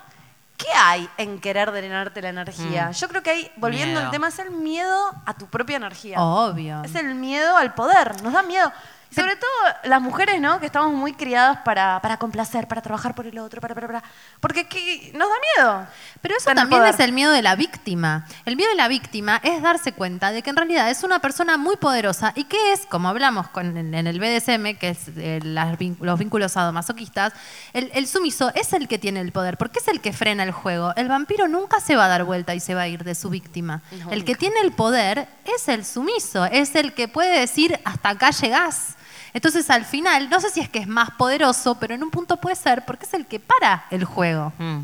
¿qué hay en querer drenarte la
Mm.
energía? Yo creo que hay, volviendo
Miedo.
al tema, es el miedo a tu propia energía.
Obvio.
Es el miedo al poder, nos da miedo. Y sobre todo las mujeres, ¿no? Que estamos muy criadas para, para complacer, para trabajar por el otro, para, para, para. Porque ¿qué? nos da miedo.
Pero eso
Tener
también
poder.
es el miedo de la víctima. El miedo de la víctima es darse cuenta de que en realidad es una persona muy poderosa y que es, como hablamos con, en, en el BDSM, que es eh, las vin- los vínculos sadomasoquistas, el, el sumiso es el que tiene el poder, porque es el que frena el juego. El vampiro nunca se va a dar vuelta y se va a ir de su víctima. el que tiene el poder es el sumiso, es el que puede decir hasta acá llegás. Entonces al final, no sé si es que es más poderoso, pero en un punto puede ser porque es el que para el juego.
Mm.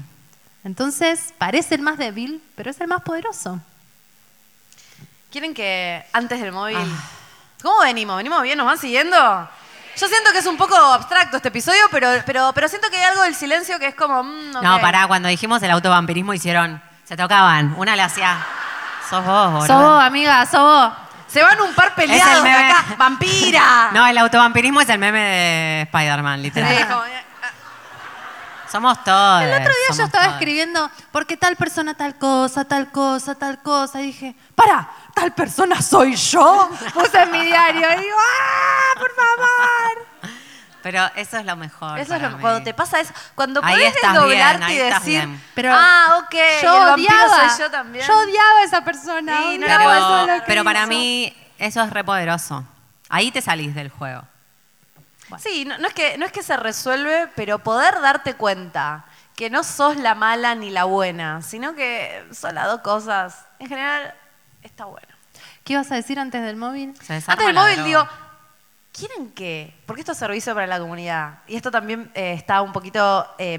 Entonces, parece el más débil, pero es el más poderoso.
¿Quieren que antes del móvil?
Ah.
¿Cómo venimos? ¿Venimos bien? ¿Nos van siguiendo? Yo siento que es un poco abstracto este episodio, pero, pero, pero siento que hay algo del silencio que es como. mm,
No,
ok.
pará, cuando dijimos el autovampirismo hicieron. Se tocaban. Una le hacía. Sos vos, boludo.
Sos vos, amiga, sos vos.
Se van un par
Es
peleados
el
de
meme. (laughs)
acá. ¡Vampira!
No, el autovampirismo es el meme de Spider-Man,
Sí,
literal. Ah.
como-
Somos todos.
El otro día yo estaba escribiendo, porque tal persona tal cosa, tal cosa, tal cosa, y dije, ¡para! ¿Tal persona
(laughs)
soy yo? Puse en mi diario y digo, ¡ah! ¡Por favor!
Pero eso es lo mejor.
Eso es lo
para
que
mí.
cuando te pasa eso. Cuando
Ahí
podés
estás bien,
desdoblarte
ahí
y
estás
decir,
bien.
Pero
ah, ok, y el
yo
vampiro
odiaba.
soy yo también.
Yo odiaba a esa persona.
Sí, no
odiaba
era
eso
bueno.
de
Pero,
lo que
pero para
hizo.
mí eso es repoderoso. Ahí te salís del juego.
Sí, no, no es que, no es que se resuelve, pero poder darte cuenta que no sos la mala ni la buena, sino que son las dos cosas. En general, está bueno.
¿Qué ibas a decir antes del móvil?
Se desarma
Antes del
la
móvil
droga.
digo, ¿quieren que? Porque esto es servicio para la comunidad. Y esto también eh, está un poquito... eh,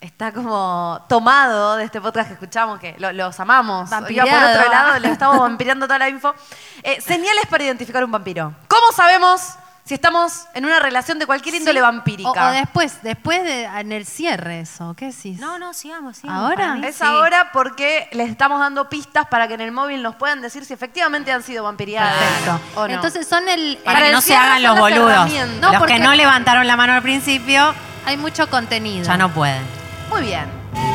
está como tomado de este podcast que escuchamos, que lo- los amamos. Iba por
Vampireado.
otro lado, le
(laughs)
estamos vampirando toda la info. Eh, señales para identificar un vampiro. ¿Cómo sabemos si estamos en una relación de cualquier índole
Sí.
vampírica?
O, o después, después de, en el cierre eso, ¿qué decís?
No, no, sigamos, sigamos.
¿Ahora?
Es
sí.
ahora porque les estamos dando pistas para que en el móvil nos puedan decir si efectivamente han sido vampiriadas.
Perfecto.
o no.
Entonces son el...
Para que
el
no se
cierre
hagan
son
los
las
boludos.
herramientas.
No,
los
porque-
que no levantaron la mano al principio
Hay mucho contenido.
ya no pueden.
Muy bien.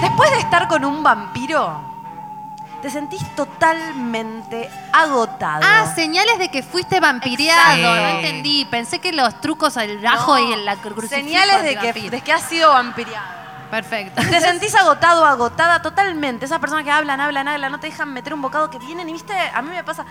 Después de estar con un vampiro, te sentís totalmente agotado.
Ah, señales de que fuiste vampiriado.
Exacto.
No entendí. Pensé que los trucos, el ajo y el la cru- crucifijo
Señales de que,
antivampiro.
de que has sido vampiriado.
Perfecto.
(laughs)
Te sentís agotado, agotada totalmente. Esas personas que hablan, hablan, hablan, no te dejan meter un bocado que vienen y viste, a mí me pasa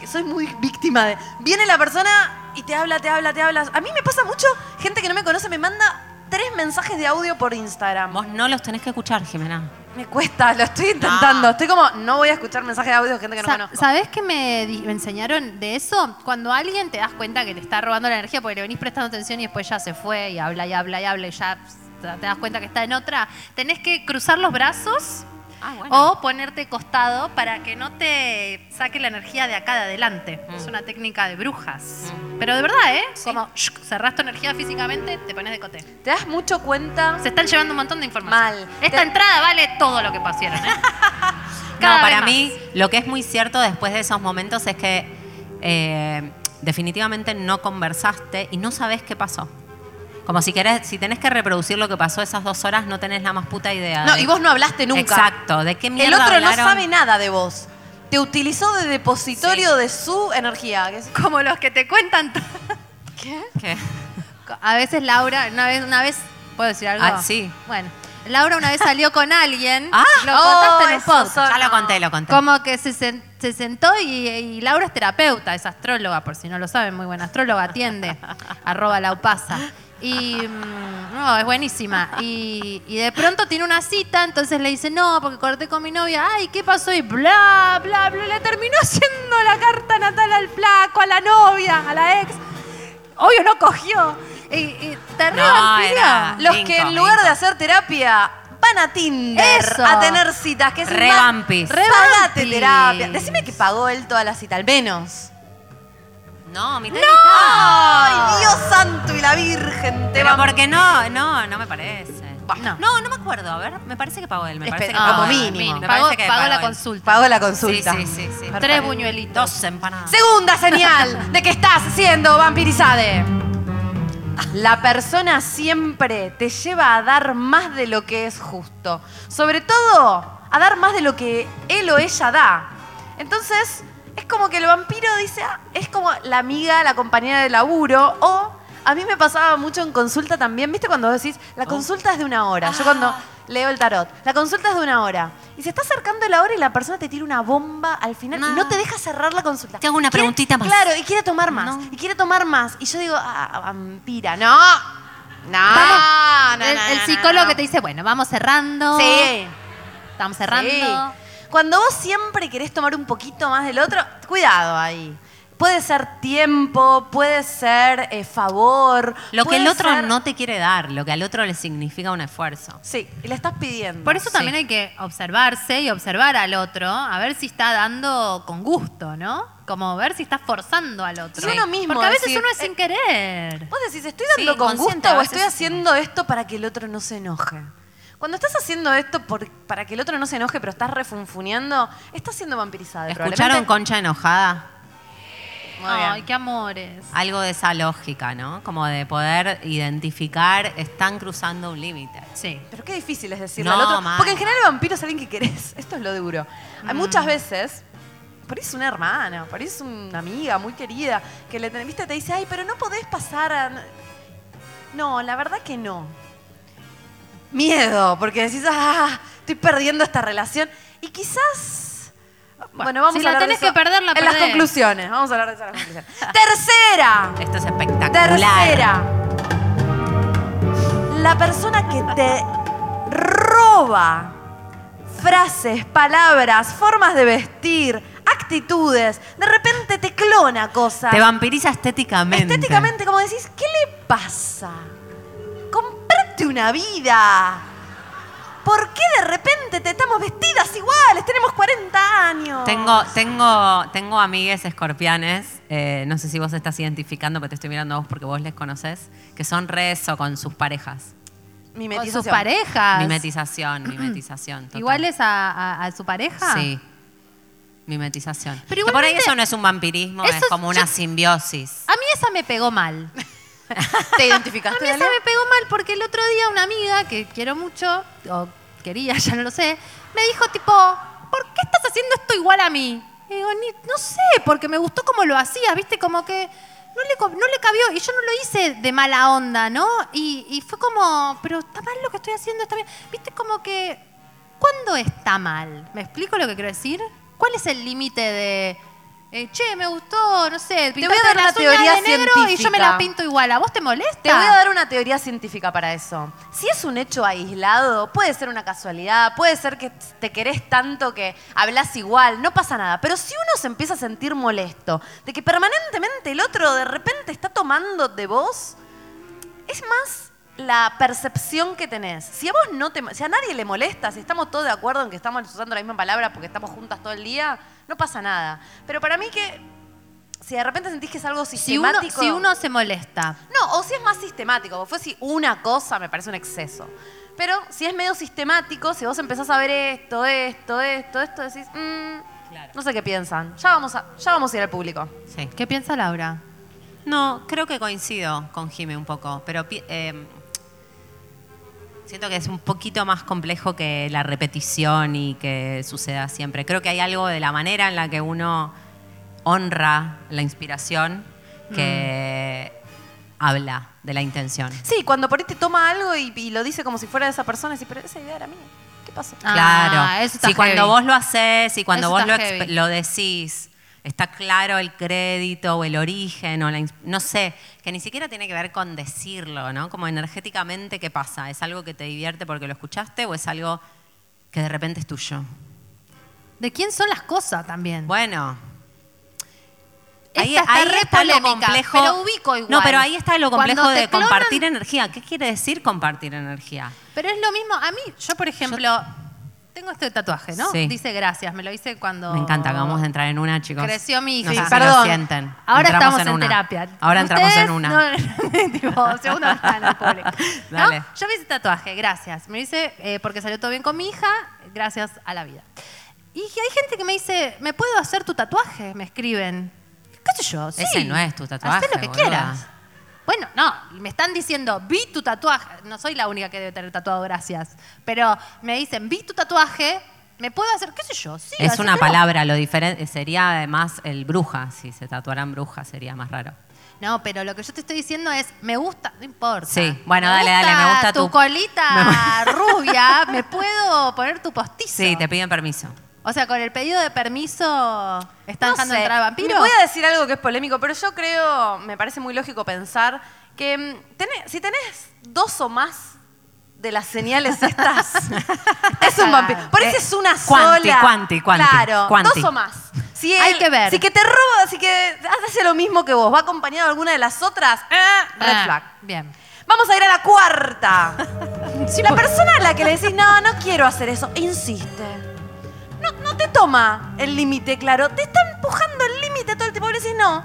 que soy muy víctima de. Viene la persona y te habla, te habla, te habla. A mí me pasa mucho, gente que no me conoce me manda tres mensajes de audio por Instagram.
Vos no los tenés que escuchar, Jimena.
Me cuesta, lo estoy intentando. Estoy como, no voy a escuchar mensajes de audio de gente que no
Ah. Sa-
conozco.
¿Sabés qué me, di- me enseñaron de eso? Cuando alguien te das cuenta que te está robando la energía porque le venís prestando atención y después ya se fue y habla y habla y habla y ya pss, te das cuenta que está en otra, tenés que cruzar los brazos o ponerte costado para que no te saque la energía de acá de adelante.
Mm.
Es una técnica de brujas. Pero de verdad, ¿eh? Como shuk, cerrás tu energía físicamente, te pones de cote.
¿Te das mucho cuenta?
Se están llevando un montón de información.
Mal.
Esta
Te-
entrada vale todo lo que pusieron,
(laughs)
¿eh? Cada
no,
vez
para
más.
mí lo que es muy cierto después de esos momentos es que eh, definitivamente no conversaste y no sabes qué pasó. Como si querés, si tenés que reproducir lo que pasó esas dos horas, no tenés la más puta idea.
No,
de-
y vos no hablaste nunca.
Exacto, ¿de qué
El
mierda
otro no
hablaron?
sabe nada de vos. Te utilizó de depositorio de su energía. que es-
Como los que te cuentan todo.
¿Qué?
A veces Laura, una vez, una vez, ¿puedo decir algo?
Ah, sí.
Bueno, Laura una vez salió con alguien.
Ah,
lo contaste
oh,
en el
eso
podcast.
Ya lo conté, lo conté.
Como que se, sen- se sentó y, y Laura es terapeuta, es astróloga, por si no lo saben, muy buena astróloga, atiende, arroba laupasa. Y mm, no, es buenísima. Y, y de pronto tiene una cita, entonces le dice, no, porque corté con mi novia, ay, ¿qué pasó? Y bla, bla, bla, le terminó (laughs) haciendo la carta natal al flaco, a la novia, a la ex. Obvio no cogió. Y, y te re
No,
golpeó.
era-
Los
Vinco,
que en lugar
vinco.
de hacer terapia van a Tinder
Eso.
a tener citas. Que es
Re
más-
vampis.
Re pagate
vampis.
terapia. Decime que pagó él toda la cita, al menos.
No, mi ¡No!
¡Ay, Dios santo y la Virgen! Te
Pero
vamos.
porque no, no, no me parece.
No.
No, no me acuerdo. A ver, me parece que pagó él. Me parece
Espe-
que pagó
como
él.
mínimo.
Me
Pagó,
parece que
pagó
pagó
la
él.
consulta.
Pagó la consulta.
Sí, sí, sí. sí.
Tres buñuelitos.
Dos empanadas.
Segunda
(laughs)
señal de que estás siendo vampirizada. La persona siempre te lleva a dar más de lo que es justo. Sobre todo, a dar más de lo que él o ella da. Entonces, es como que el vampiro dice, ah, es como la amiga, la compañera de laburo o... A mí me pasaba mucho en consulta también, ¿viste? Cuando decís,
Ah.
la consulta es de una hora. Yo cuando leo el tarot, la consulta es de una hora. Y se está acercando la hora y la persona te tira una bomba al final y no
No.
te deja cerrar la consulta.
Te hago una
Quiere-
preguntita más.
Claro, y quiere tomar más.
No.
Y quiere tomar más. Y yo digo, ah, vampira, no. No, no, no,
el,
no,
el
no,
psicólogo
no.
que te dice, bueno, vamos cerrando.
Sí.
Estamos cerrando.
sí. Cuando vos siempre querés tomar un poquito más del otro, cuidado ahí. Puede ser tiempo, puede ser eh, favor.
Lo que
puede
el otro
ser-
no te quiere dar, lo que al otro le significa un esfuerzo.
Sí, y le estás pidiendo.
Por eso también hay que observarse y observar al otro, a ver si está dando con gusto, ¿no? Como ver si está forzando al otro.
Y uno mismo
Porque a veces
decir,
uno es sin
eh,
querer.
Vos decís, ¿estoy
Sí,
dando con
inconsciente,
gusto
a
o
veces
estoy haciendo esto para que el otro no se enoje? Cuando estás haciendo esto por- para que el otro no se enoje, pero estás refunfuneando, estás siendo vampirizada.
¿Escucharon
probablemente.
Concha enojada?
Muy bien.
Ay, qué amores.
Algo de esa lógica, ¿no? Como de poder identificar, están cruzando un límite.
Sí.
Pero qué difícil es decirle
No,
al otro.
mal.
Porque en general el vampiro es alguien que querés. (laughs) Esto es lo duro.
Mm.
Hay muchas veces, por ahí es una hermana, por ahí es una amiga muy querida, que le ten- viste, te dice, ay, pero no podés pasar a... No, la verdad que no. Miedo, porque decís, ah, estoy perdiendo esta relación. Y quizás... Bueno, vamos
si
a
la
hablar de
tenés
eso
que perder, la
En las
perdés.
conclusiones, vamos a hablar de eso en las conclusiones. Tercera.
Esto es espectacular.
Tercera. La persona que te roba frases, palabras, formas de vestir, actitudes, de repente te clona cosas.
Te vampiriza estéticamente.
Estéticamente, como decís, ¿qué le pasa? Comprate una vida. ¿Por qué de repente te estamos vestidas iguales? Tenemos 40 años.
Tengo, tengo, tengo amigues escorpianes, eh, no sé si vos estás identificando, pero te estoy mirando a vos porque vos les conocés, que son re eso con sus parejas.
Con
Mimetización.
sus parejas.
Mimetización,
(clears throat)
mimetización. total.
Iguales a, a- a su pareja.
Sí. Mimetización.
Pero
Que por ahí
igualmente-
eso no es un vampirismo,
Eso
es como
yo-
una simbiosis.
A mí esa me pegó mal. (laughs)
¿Te
A
identificaste?
mí esa
Dalia?
me pegó mal porque el otro día una amiga que quiero mucho, o quería, (laughs) ya no lo sé, me dijo tipo, ¿por qué estás haciendo esto igual a mí? Y digo, "Ni- no sé, porque me gustó cómo lo hacías, viste, como que no le, co- no le cabió, y yo no lo hice de mala onda, ¿no? Y, y fue como, pero está mal lo que estoy haciendo, está bien. Viste, como que, ¿cuándo está mal? ¿Me explico lo que quiero decir? ¿Cuál es el límite de... eh, che, me gustó, no sé,
voy a
pintaste
dar
las
una teoría
uñas de negro y yo me
científica.
las pinto igual. ¿A vos te molesta?
Te voy a dar una teoría científica para eso. Si es un hecho aislado, puede ser una casualidad, puede ser que te querés tanto que hablas igual, no pasa nada. Pero si uno se empieza a sentir molesto de que permanentemente el otro de repente está tomando de vos, es más la percepción que tenés. Si a vos no te, si a nadie le molesta, si estamos todos de acuerdo en que estamos usando la misma palabra porque estamos juntas todo el día, no pasa nada. Pero para mí que si de repente sentís que es algo
si uno,
sistemático,
si uno se molesta.
no, o si es más sistemático, porque fue si una cosa me parece un exceso. Pero si es medio sistemático, si vos empezás a ver esto, esto, esto, esto, decís, mm, no sé qué piensan. Ya vamos, a, ya vamos a ir al público.
Sí.
¿Qué piensa Laura?
No, creo que coincido con Jime un poco, pero pi- eh, siento que es un poquito más complejo que la repetición y que suceda siempre. Creo que hay algo de la manera en la que uno honra la inspiración que Mm. habla de la intención.
Sí, cuando por ahí te toma algo y, y lo dice como si fuera de esa persona, decís, pero esa idea era mía. ¿Qué pasó?
Ah,
claro.
eso está
si cuando
heavy.
vos lo haces y cuando
Eso
vos
está
lo, exp-
heavy.
lo decís, está claro el crédito o el origen o la ins- no sé, que ni siquiera tiene que ver con decirlo, ¿no? Como energéticamente qué pasa, es algo que te divierte porque lo escuchaste o es algo que de repente es tuyo.
¿De quién son las cosas también?
Bueno,
Esta está re polémica, pero ubico igual.
No, pero ahí está lo complejo
Cuando te
de
clonan-
compartir energía. ¿Qué quiere decir compartir energía?
Pero es lo mismo. A mí, yo, por ejemplo, tengo este tatuaje, ¿no?
Sí.
Dice gracias. Me lo hice cuando.
Me encanta, acabamos de entrar en una, chicos.
Creció mi hija.
No sé si
Perdón.
lo sienten.
Ahora
Entramos
estamos en,
una.
terapia.
Ahora entramos
Ustedes
en una.
no- (laughs) tipo, segunda ventana, pobre. ¿No?
Dale.
Yo me hice tatuaje, gracias. Me lo hice eh, porque salió todo bien con mi hija, gracias a la vida. Y que hay gente que me dice, ¿me puedo hacer tu tatuaje? Me escriben. ¿Qué sé yo? Sí.
Ese no es tu tatuaje,
Haz lo que
boluda.
quieras. Bueno, no, me están diciendo, vi tu tatuaje. No soy la única que debe tener tatuado, gracias. Pero me dicen, vi tu tatuaje, ¿me puedo hacer? ¿Qué sé yo? Sí,
Es una
hacételo.
palabra, lo diferente sería además el bruja, si se tatuaran bruja sería más raro.
No, pero lo que yo te estoy diciendo es, me gusta, no importa.
Sí, bueno,
Me
dale, dale, me gusta
tu
tu- (laughs)
colita rubia, me puedo poner tu postizo.
Sí, te piden permiso.
O sea, con el pedido de permiso está
No
dejando
sé,
entrar
me
vampiros.
Voy a decir algo que es polémico, pero yo creo, me parece muy lógico pensar que mm, tenés- si tenés dos o más de las señales
(laughs)
estas, es un vampiro. Por eso
Eh,
es una
cuanti,
sola.
cuanti, cuanti,
Claro,
cuanti.
dos o más. Si
Hay
él-
que ver.
Si que te roba, si que hace lo mismo que vos, va acompañado de alguna de las otras, eh, red
Ah,
flag.
Bien.
Vamos a ir a la
(laughs)
cuarta. Si la persona a la que le decís, no, no quiero hacer eso, insiste. No, no te toma el límite, claro. Te está empujando el límite todo el tiempo. Y le decís, no.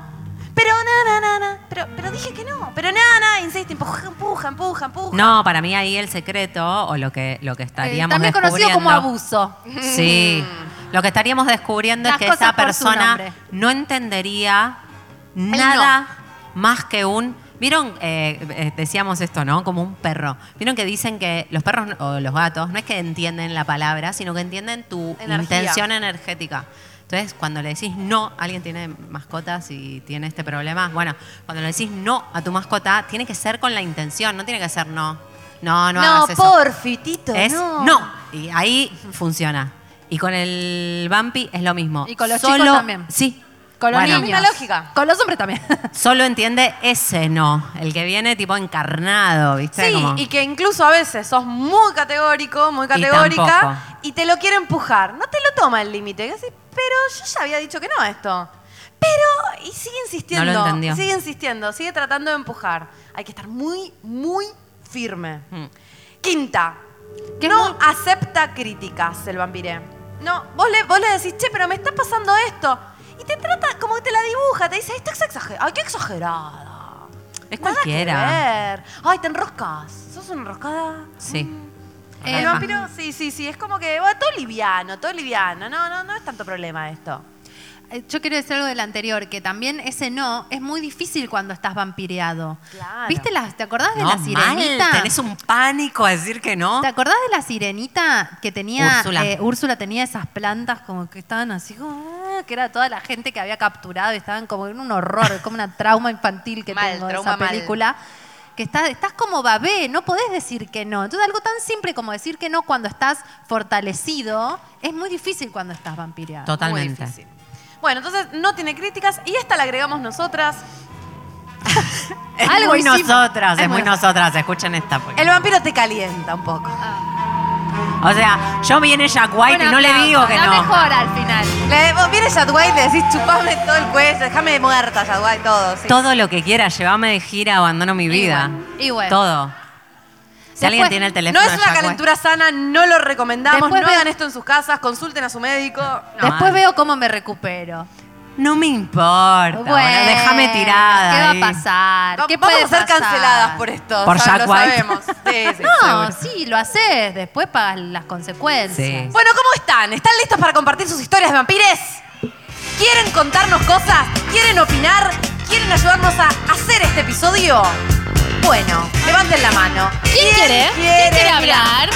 Pero, na, na, na, na. Pero, pero dije que no. Pero, na, na, insiste. Empuja, empuja, empuja, empuja.
No, para mí ahí el secreto o lo que, lo que
Eh,
estaríamos
también conocido como
descubriendo-
abuso.
Sí.
Mm.
Lo que estaríamos descubriendo
Las
es que
cosas
esa
por su
persona
nombre.
no entendería nada más que un. ¿Vieron? Eh, eh, decíamos esto, ¿no? Como un perro. ¿Vieron que dicen que los perros o los gatos no es que entienden la palabra, sino que entienden tu
Energía.
intención energética? Entonces, cuando le decís no, alguien tiene mascotas y tiene este problema, bueno, cuando le decís no a tu mascota, tiene que ser con la intención, no tiene que ser no. No, no, hagas eso.
porfi, Tito,
Es
no.
no. Y ahí funciona. Y con el Bampi es lo mismo.
Y con los chicos también.
Sí.
Con los
Bueno,
niños.
Misma lógica.
Con los hombres también.
Solo entiende ese no, el que viene tipo encarnado, ¿viste?
Sí,
Como-
y que incluso a veces sos muy categórico, muy categórica,
tampoco.
y, te lo quiere empujar. No te lo toma el límite. Y decís, pero yo ya había dicho que no a esto. Pero, y sigue insistiendo.
No lo entendió.
Sigue insistiendo, sigue tratando de empujar. Hay que estar muy, muy firme.
Mm.
Quinta,
Que es
no
muy-
acepta críticas el vampiré. No, vos le, vos le decís, che, pero me está pasando esto. Y te trata como que te la dibuja, te dice, ay, estás exagerada. Ay, qué exagerada.
Es
Nada que
cualquiera.
ver. Ay, te enroscas. ¿Sos una enroscada?
Sí.
Eh,
el
Ajá.
vampiro, sí, sí, sí. Es como que, bueno, todo liviano, todo liviano. No, no, no es tanto problema esto.
Eh, Yo quiero decir algo del anterior, que también ese no es muy difícil cuando estás vampireado.
Claro.
¿Viste las, ¿Te acordás de
No,
la
mal,
sirenita?
tenés un pánico a decir que no.
¿Te acordás de la sirenita que tenía
Úrsula.
eh, Úrsula tenía esas plantas como que estaban así como ah, que era toda la gente que había capturado y estaban como en un horror, (laughs) como una trauma infantil que
Mal,
tengo de
trauma
esa
mal.
película. Que estás, estás como babé, no podés decir que no. Entonces, algo tan simple como decir que no cuando estás fortalecido es muy difícil cuando estás vampireado.
Totalmente.
Muy difícil. Bueno, entonces no tiene críticas y esta la agregamos nosotras.
Es
Algo
muy
hicimos.
nosotras, es
Es
muy
muy-
nosotras. Escuchen esta. porque-
El vampiro te calienta un poco.
Eh,
O sea, yo viene Jack White y no le digo que
la
no.
mejor al final.
Le, vos vienes Jack White y le decís, chupame todo el cuello, déjame muerta, Jack White, todo. sí.
Todo lo que quiera, llévame de gira, abandono mi vida.
bueno, y
pues.
bueno.
Todo. Si alguien
Después,
tiene el
No
teléfono.
es
de
una
Jack
calentura sana, no lo recomendamos,
Después
no
ve-
hagan esto en sus casas, consulten a su médico. No.
Después
mal.
veo cómo me recupero.
White. No me importa.
Bueno,
boludo, déjame tirada.
¿Qué va
ahí.
a pasar?
Va-
¿Qué
Vamos
puede
a ser
pasar?
canceladas por esto.
Por
sab-
Jack
lo
White.
sabemos. (laughs) Sí, sí,
No,
seguro.
sí, lo haces. Después pagas las consecuencias.
Sí.
Bueno, ¿cómo están? ¿Están listos para compartir sus historias de vampires? ¿Quieren contarnos cosas? ¿Quieren opinar? ¿Quieren ayudarnos a hacer este episodio? Bueno, levanten la mano.
¿Quién quiere? ¿Quién quiere hablar?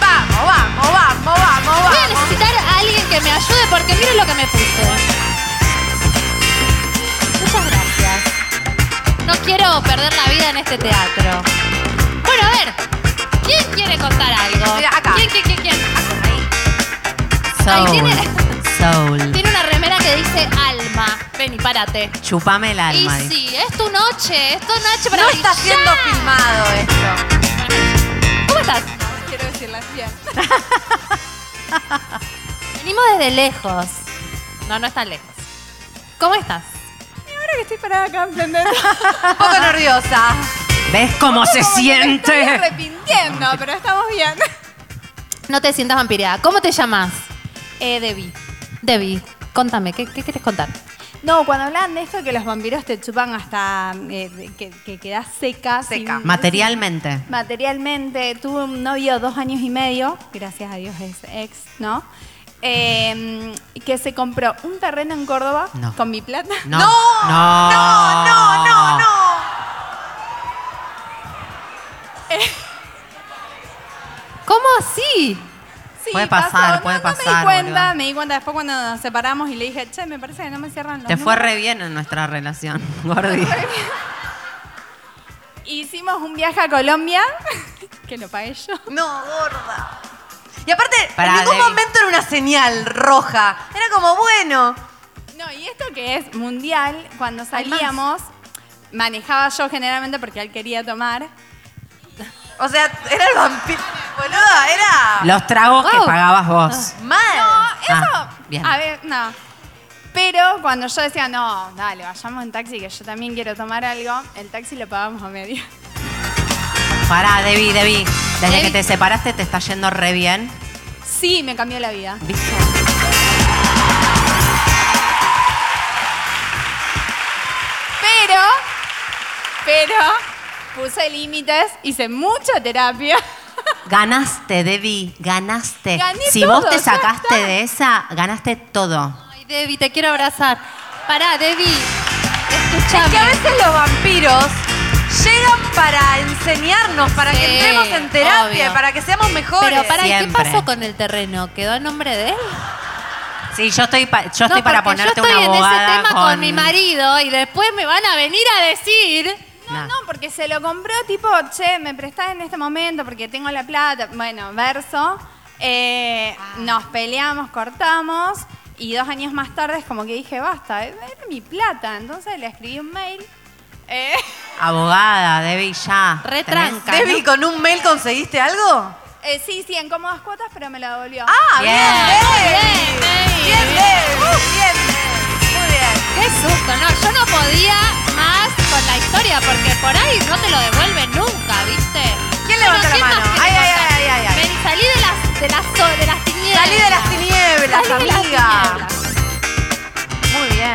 Vamos, vamos, vamos, vamos,
Voy a
vamos.
necesitar a alguien que me ayude porque miren lo que me puse. Muchas gracias. No quiero perder la vida en este teatro. Bueno, a ver. ¿Quién quiere contar algo?
Mira, acá.
¿Quién, quién, quién, quién? Ahí
Soul.
tiene-
Soul.
Tiene una remera que dice alma. Ven y párate.
Chupame el
Y
alma. dice.
sí, es tu noche, es tu noche para
No está
brillar.
siendo filmado esto.
¿Cómo estás?
Quiero decirlas (laughs) bien.
Venimos desde lejos. No, no es tan lejos. ¿Cómo estás?
Ahora que estoy parada acá, (laughs) ¿entendés?
Un poco nerviosa.
¿Ves cómo se
Como que me Estoy
siente?
arrepintiendo, pero estamos (laughs) bien.
No te sientas vampireada. ¿Cómo te llamas? Eh, Debbie. Debbie, contame, ¿qué, qué quieres contar?
No, cuando hablaban de esto que los vampiros te chupan hasta eh, de- que, que quedás seca.
Seca.
sin-
Ah. Materialmente.
Materialmente, tuve un novio dos años y medio, gracias a Dios es ex, ¿no? Eh, que se compró un terreno en Córdoba
No.
con mi plata. (laughs)
No.
no, no, no, no. no.
¿Cómo así?
Sí,
Puede pasar,
pasó.
puede
No,
pasar,
no me di cuenta,
boluda.
me di cuenta después cuando nos separamos y le dije, che, me parece que no me cierran los
Te fue
números".
re bien en nuestra
(laughs)
relación, Gordi.
Hicimos un viaje a Colombia, (laughs) que lo pagué yo.
No, gorda. Y aparte,
Pará,
en ningún
Debbie.
momento era una señal roja. Era como, bueno,
No, y esto que es mundial, cuando salíamos, manejaba yo generalmente porque él quería tomar.
o sea, era el vampiro. Boluda, era
Los tragos que
Wow.
pagabas vos.
mal.
Eso,
Ah, bien.
a ver, no. Pero cuando yo decía, no, dale, vayamos en taxi, que yo también quiero tomar algo, el taxi lo pagamos a media.
Pará, Debbie, Debbie. Desde
Debbie.
que te separaste te está yendo re bien.
Sí, me cambió la vida.
¿Viste?
Pero, pero, puse límites, hice mucha terapia.
Ganaste, Debbie, ganaste.
Gané
si
todo,
vos te
ya
sacaste
está.
de esa, ganaste todo.
Ay, Debbie, te quiero abrazar. Pará, Debbie. Escuchame.
Que a veces los vampiros llegan para enseñarnos, para
Sí,
que entremos en terapia,
obvio.
para que seamos mejores.
Pero pará, ¿y ¿qué
Siempre.
pasó con el terreno? ¿Quedó a nombre de él?
Sí, yo estoy, pa- yo estoy
No,
para
porque
ponerte
yo estoy
una abogada.
en ese tema con... mi marido y después me van a venir a decir...
Nah.
No, no, porque se lo compró tipo, che, me prestás en este momento porque tengo la plata. Bueno, verso. Eh, Nos peleamos, cortamos. Y dos años más tarde es como que dije, basta, eh, era mi plata. Entonces le escribí un mail. eh, (laughs)
Abogada, Debbie, ya.
Retranca.
Debbie, ¿con un mail conseguiste algo?
eh, sí, sí, en cómodas cuotas, pero me la devolvió.
Ah, bien,
Bien.
Debbie.
Debbie.
Bien, Debbie. Bien, Debbie. Muy bien.
Qué susto, no, yo no podía más con la historia porque por ahí no te lo devuelven nunca, ¿viste?
¿Quién levanta la
¿quién
mano?
más quiere
Ay, ay,
contar?
ay, ay, ay, ay.
Ven, salí de las, de las, so- de las tinieblas.
Salí de las tinieblas,
Salí de las
amiga.
tinieblas.
Muy bien.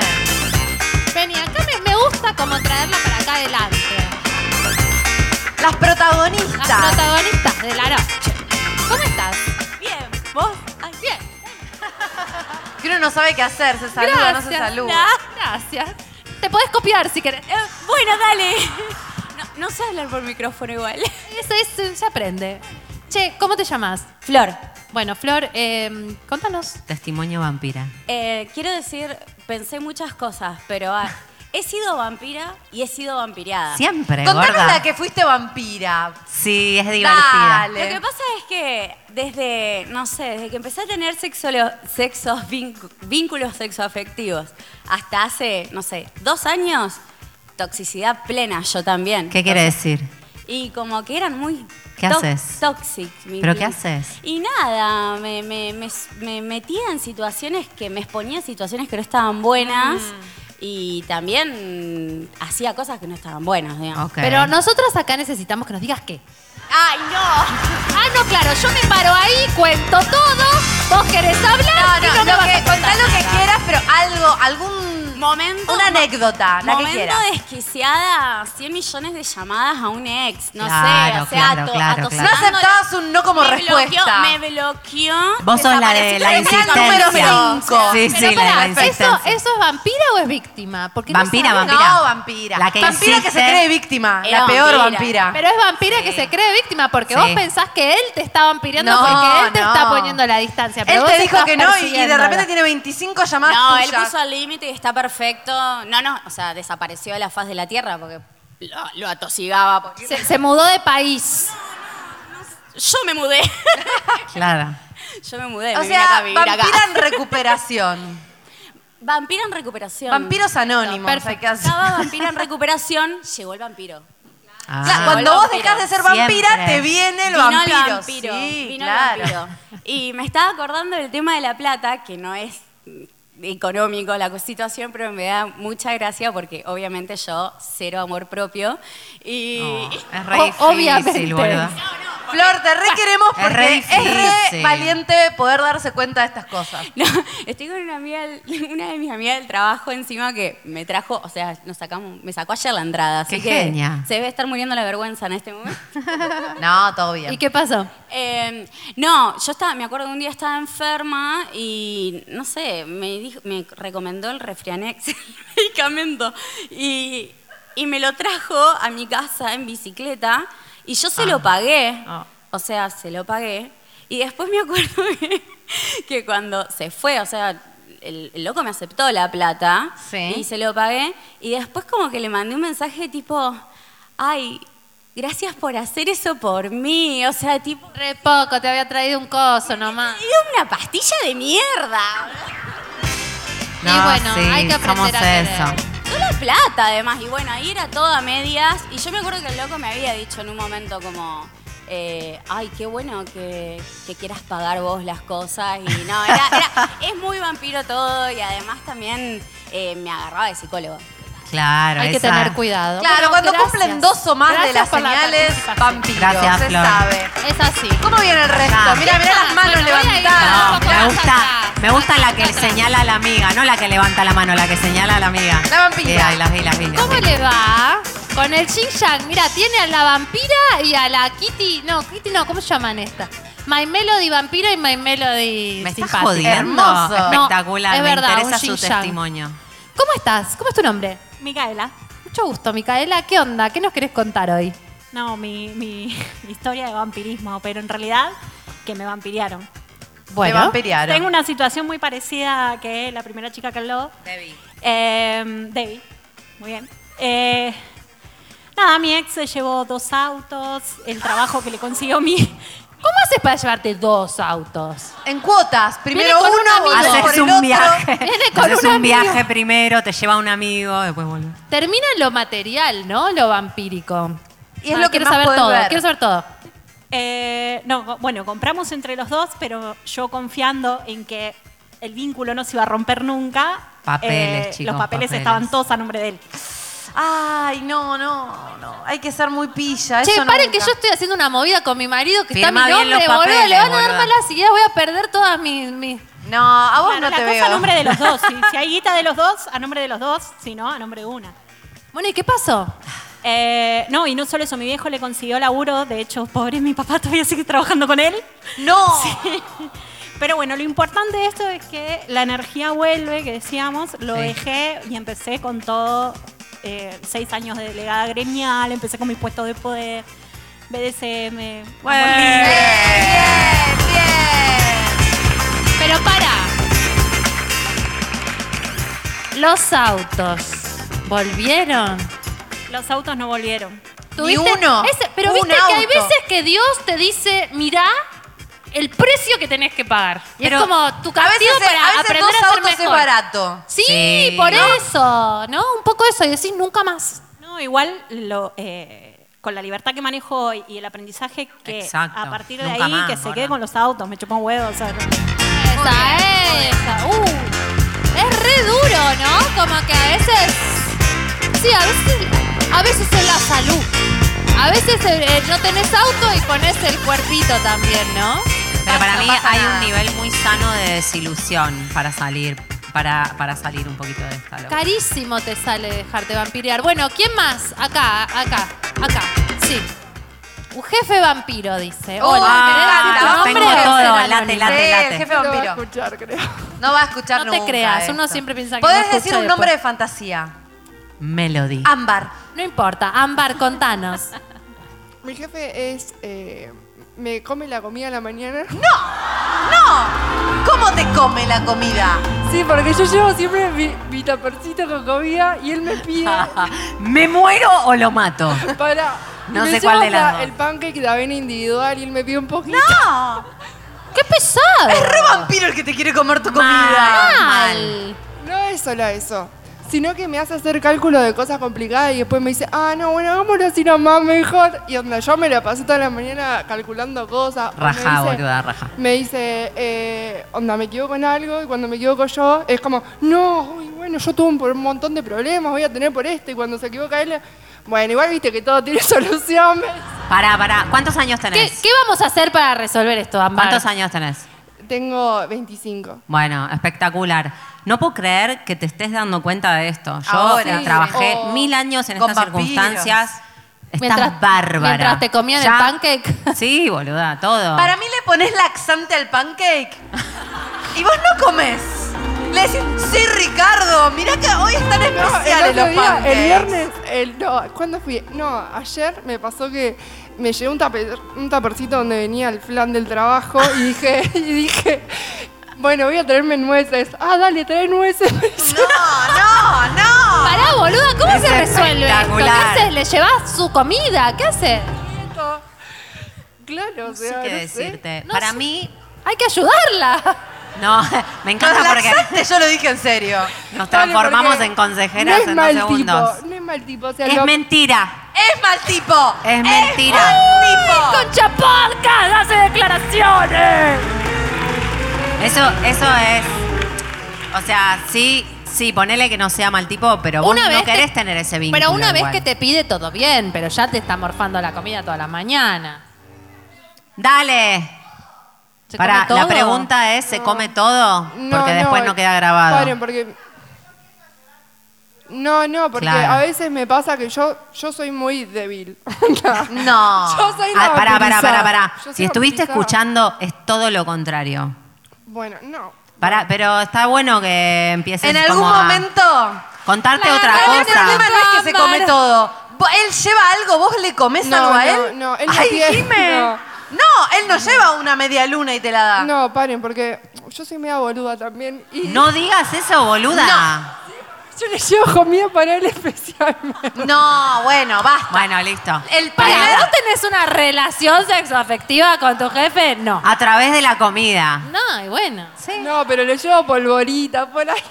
Vení, acá me, me gusta como traerla para acá adelante.
Las
Las
protagonistas.
protagonistas de la noche. ¿Cómo estás?
Bien, vos.
Ay, bien.
Que uno no sabe qué hacer, se saluda,
Gracias.
no se saluda.
Nah, Gracias. Te podés copiar si querés. Eh,
Bueno,
(laughs)
dale. No, no sé hablar por micrófono igual.
Eso es, se aprende. Che, ¿cómo te llamas?
Flor,
Bueno, Flor, eh, contanos.
Testimonio vampira.
eh, quiero decir, pensé muchas cosas, pero ah, He sido vampira y he sido vampireada.
Siempre,
Contanos
gorda.
la que fuiste vampira.
Sí, es divertida.
Lo que pasa es que desde, no sé, desde que empecé a tener sexolo- sexos, vincu- vínculos sexoafectivos hasta hace, no sé, dos años, toxicidad plena yo también.
¿Qué quiere decir?
Y como que eran muy
¿Qué
tox-
haces?
toxic. mi-
¿Pero qué
mi-
haces?
Y nada, me, me- me- me metía en situaciones que me exponía a situaciones que no estaban buenas
Mm.
y también hacía cosas que no estaban buenas, digamos.
Ok.
Pero nosotros acá necesitamos que nos digas qué.
¡Ay, no!
Ah, no, claro, yo me paro ahí, cuento todo, vos querés hablar y no me
lo
vas
que,
a
contá
contar
lo que
nada.
quieras, pero algo, algún
Momento.
una anécdota, la que
Momento
quieras.
desquiciada, 100 millones de llamadas a un ex, no
Claro,
sé, o sea,
claro,
ato-
claro,
atosándolo.
No aceptabas un no como
Me
respuesta.
bloqueó, me bloqueó.
Vos sos la de la
Desapareció.
insistencia.
Número cinco.
Sí,
Pero
sí, la de
pará,
la
¿eso,
insistencia.
¿eso es vampira o es víctima? Porque no
Vampira,
sabemos.
vampira.
No, vampira.
La que
vampira que se
insiste.
cree víctima.
Era
la peor
vampira.
vampira.
Pero es vampira que se cree víctima porque
Sí.
vos pensás que él te está vampireando
No,
porque él te
no.
está poniendo la distancia. Pero
Él
vos
te dijo
estás
que no y- y, de
persiguiéndolo.
repente tiene 25 llamadas
No, él
tuyas.
puso al límite y está perfecto. No, no, o sea, desapareció de la faz de la tierra porque lo, lo atosigaba. porque-
Se, se mudó de país.
Yo me mudé.
Claro.
Yo me mudé.
o
me vine acá
sea,
a vivir acá.
vampira en recuperación.
(laughs) Vampira en recuperación.
Vampiros anónimos.
Perfecto.
hay que hacer.
Estaba vampira en recuperación, llegó el vampiro.
Ah.
Claro, cuando vos
vampiro.
dejás de ser vampira,
Siempre.
te viene el
Vino
vampiro.
el vampiro.
Sí,
vino
claro.
el vampiro. Y me estaba acordando del tema de la plata, que no es mm, económico la co- situación, pero me da mucha gracia porque obviamente yo cero amor propio. Y
Oh,
No, es
(laughs)
O-
re difícil,
obviamente.
boluda.
Flor, te re queremos
Es re
porque es re,
difícil.
valiente poder darse cuenta de estas cosas.
(laughs) No, estoy con una amiga, del- (laughs) una de mis amigas del trabajo encima que me trajo, o sea, nos sacamos, me sacó ayer la entrada. Así
Qué
que
genia.
Se debe estar muriendo la vergüenza en este
(laughs)
momento.
No, todo bien.
¿Y qué pasó?
Eh, no, yo estaba, me acuerdo que un día estaba enferma y no sé, me, dijo, me recomendó el Refrianex, (laughs) el medicamento, y, y me lo trajo a mi casa en bicicleta y yo se lo pagué, o sea, se lo pagué. Y después me acuerdo (laughs) que, que cuando se fue, o sea, el, el loco me aceptó la plata
Sí.
y se lo pagué y después como que le mandé un mensaje tipo, ay, gracias por hacer eso por mí, o sea, tipo...
Re poco, te había traído un coso nomás.
Era una pastilla de mierda.
No,
y bueno,
sí,
hay que aprender
somos
a querer.
eso.
Toda la plata, además. Y bueno, ahí era todo a medias. Y yo me acuerdo que el loco me había dicho en un momento como... eh, ay, qué bueno que, que quieras pagar vos las cosas. Y no, era, era- es muy vampiro todo. Y además también eh, me agarraba de psicólogo.
Claro,
Hay que
esa-
tener cuidado.
Claro,
Bueno,
cuando
gracias.
cumplen dos o más de
Gracias
las
por la
señales,
participación.
vampiros,
Gracias,
se
Flor.
sabe.
Es así.
¿Cómo viene el resto?
Está.
Mira, mira las manos
Bueno, voy a ir
levantadas.
No,
Un poco
me
más
gusta,
atrás.
me gusta la que señala a la amiga, no la que levanta la mano, la que señala a la amiga.
La vampira.
Sí, ahí las vi, las vi, las
¿Cómo
vi.
le va? Con el Xing Yang, mira, tiene a la vampira y a la Kitty. No, Kitty no, ¿cómo se llaman esta? My Melody vampira y My Melody
Me estás
simpática.
jodiendo.
Hermoso.
Espectacular,
No, es
me
verdad, un
interesa su
yin-yang.
testimonio.
¿Cómo estás? ¿Cómo es tu nombre?
Micaela.
Mucho gusto, Micaela. ¿Qué onda? ¿Qué nos querés contar hoy?
No, mi, mi (laughs) historia de vampirismo, pero en realidad que me vampiriaron.
Te
Bueno,
vampiriaron.
Tengo una situación muy parecida que la primera chica que habló. Debbie. Debbie, muy bien. Eh, nada, mi ex se llevó dos autos, el trabajo que le consiguió mi...
¿cómo haces para llevarte dos autos?
En cuotas. Primero
Viene con un
uno,
amigo.
volvés por
Haces
el
un
otro.
viaje.
Viene con
Haces
un
un viaje
amigo.
primero, te lleva un amigo, después vuelve.
Termina en lo material, ¿no? Lo vampírico.
Y es
Ah,
lo que
quiero
más
saber
podés
todo.
ver.
Quiero saber todo.
Eh, no, co- bueno, compramos entre los dos, pero yo confiando en que el vínculo no se iba a romper nunca. eh,
Papeles, chicos,
Los papeles,
papeles.
estaban todos a nombre de él.
Ay, no, no, no. Hay que ser muy pilla.
Che,
eso
paren
nunca.
que yo estoy haciendo una movida con mi marido que
Firma
está mi
bien los
nombre, boludo. Le
papeles,
van a dar
boluda.
malas ideas, voy a perder todas mis. mis-
No, Ah, a vos
Claro,
no
la
te
cosa
veo.
a nombre de los dos.
(laughs)
Si, si hay guita de los dos, a nombre de los dos. Si no, a nombre de una.
Bueno, ¿y qué pasó?
Eh, no, y no solo eso, mi viejo le consiguió laburo. De hecho, pobre, mi papá (laughs) todavía sigue trabajando con él.
No.
Pero bueno, lo importante de esto es que la energía vuelve, que decíamos, lo
Sí.
dejé y empecé con todo, eh, seis años de delegada gremial, empecé con mi puesto de poder, BDSM. amor libre.
Bien, bien.
Pero para. Los autos.
Volvieron.
Los autos no volvieron.
Tuviste-
uno,
Ese- pero
un
viste que hay
auto.
veces que Dios te dice, mirá el precio que tenés que pagar. Y
Pero
es como tu
a veces,
castigo para
a veces
aprender
dos
a ser
autos es
mejor.
barato.
Sí,
Sí.
por eso, ¿no? Un poco eso. Y decís, nunca más.
No, igual lo, eh, con la libertad que manejo hoy y el aprendizaje que
Exacto.
a partir de
Nunca
ahí
más,
que se
gorda.
quede con los autos, me chupa un huevo. O sea, no.
Esa, esa. Uh, es re duro, ¿no? Como que a veces. Sí, a veces, a veces es la salud. A veces eh, no tenés auto y pones el cuerpito también, ¿no?
Pero para
No
mí
pasa
hay
nada.
un nivel muy sano de desilusión para salir, para, para salir un poquito de esta locura.
Carísimo te sale dejarte vampirear. Bueno, ¿quién más? Acá, acá, acá. Sí. Un jefe vampiro, dice.
Oh, me
Hola,
encanta.
¿querés decir tu nombre
Tengo
o
todo,
ser anónimo?
late,
Sí,
late,
el
late.
jefe vampiro. No va a escuchar, creo. No va a escuchar
No te
nunca
creas,
esto.
uno siempre piensa que no
Podés
escucha
decir un
después.
nombre de fantasía.
Melody.
Ah.
Ámbar.
No importa. Ámbar, contanos.
Mi jefe es. eh, me come la comida a la mañana.
¡No! ¿Cómo te come la comida?
Sí, porque yo llevo siempre mi, mi tapercito con comida y él me pide
¿Me muero o lo mato?
(laughs)
para.
No
me
sé
lleva
cuál de las
la-
dos.
El pancake de avena individual y él me pide un poquito.
¡Qué pesado!
¡Re vampiro el que te quiere comer tu comida!
Mal.
No es solo eso, sino que me hace hacer cálculo de cosas complicadas y después me dice, ah, no, bueno, vámonos así nomás mejor. Y onda, yo me la pasé toda la mañana calculando cosas. o me
Raja,
dice-
boluda, raja.
Me dice, eh, onda, me equivoco en algo y cuando me equivoco yo es como, no, uy, bueno, yo tuve un, por- un montón de problemas, voy a tener por esto. Y cuando se equivoca él, bueno, igual viste que todo tiene (laughs) solución.
Pará, pará. ¿Cuántos años
¿Qué,
tenés?
qué vamos a hacer para resolver esto, Ámbar?
¿Cuántos años tenés?
Tengo 25.
Bueno, espectacular. No puedo creer que te estés dando cuenta de esto. Yo
Ahora.
eh, trabajé
Oh.
mil años en
Con
estas
vampiros.
circunstancias. Estás
Mientras-
bárbara.
mientras te comían el pancake.
(laughs) Sí, boluda, todo.
Para mí le pones laxante al pancake y vos no comes. Le decís, sí, Ricardo, mirá que hoy están
No, el
especiales
otro
los
día,
pancakes.
el viernes, el, no, ¿cuándo fui? No, ayer me pasó que me llevé un, taper- un tapercito donde venía el flan del trabajo y dije, (laughs) y dije, bueno, voy a traerme nueces. Ah, dale, trae nueces.
No, no, no.
Pará, boluda, ¿cómo
Es
se resuelve esto? ¿Qué
espectacular.
haces? ¿Le llevas su comida? ¿Qué haces?
claro, o
no sé
sea,
qué
no sé.
decirte.
No
Para
sé.
mí,
Hay que ayudarla.
no, (laughs) me encanta
Los
porque
laxantes, yo lo dije en serio.
nos
Dale,
transformamos
porque
en consejeras
no es
en dos
mal
segundos.
Tipo, no es mal tipo, o sea,
Es
lo-
mentira.
Es mal tipo.
Es mentira.
mal tipo.
Con Chapolcas hace declaraciones.
Eso, eso es. O sea, sí, sí, ponele que no sea mal tipo, pero vos no
que-
querés tener ese vínculo.
Pero una vez
igual.
que te pide todo bien, pero ya te está morfando la comida toda la mañana.
Dale.
Se
Pará,
come
la
todo.
pregunta es, ¿se come todo?
No,
porque después no
eh,
queda grabado.
paren, porque. No, no, porque
Claro.
a veces me pasa que yo, yo soy muy débil.
No.
Yo soy la
Ah, pará, pará, pará,
vampirizada.
pará.
Yo soy
Si estuviste
vampirizada.
escuchando, es todo lo contrario.
Bueno, no.
Pará, pero está bueno que empieces
En algún
como a
momento.
contarte Este otra
Para mí El
cosa.
problema no es que se come todo. Vo- Él lleva algo, vos le comes
No,
algo a
no,
él.
no, él no
Ay,
tiene-
Jime.
(laughs) no.
No, él no lleva una media luna y te la da.
No, paren, porque yo soy media boluda también. Y
No digas eso, boluda.
yo le llevo comida para él especialmente.
No, bueno, basta.
Bueno, listo.
El
Pará,
primer
¿vos tenés una relación sexoafectiva con tu jefe? No.
A través de la comida.
No, y bueno.
No, pero le llevo polvorita por ahí.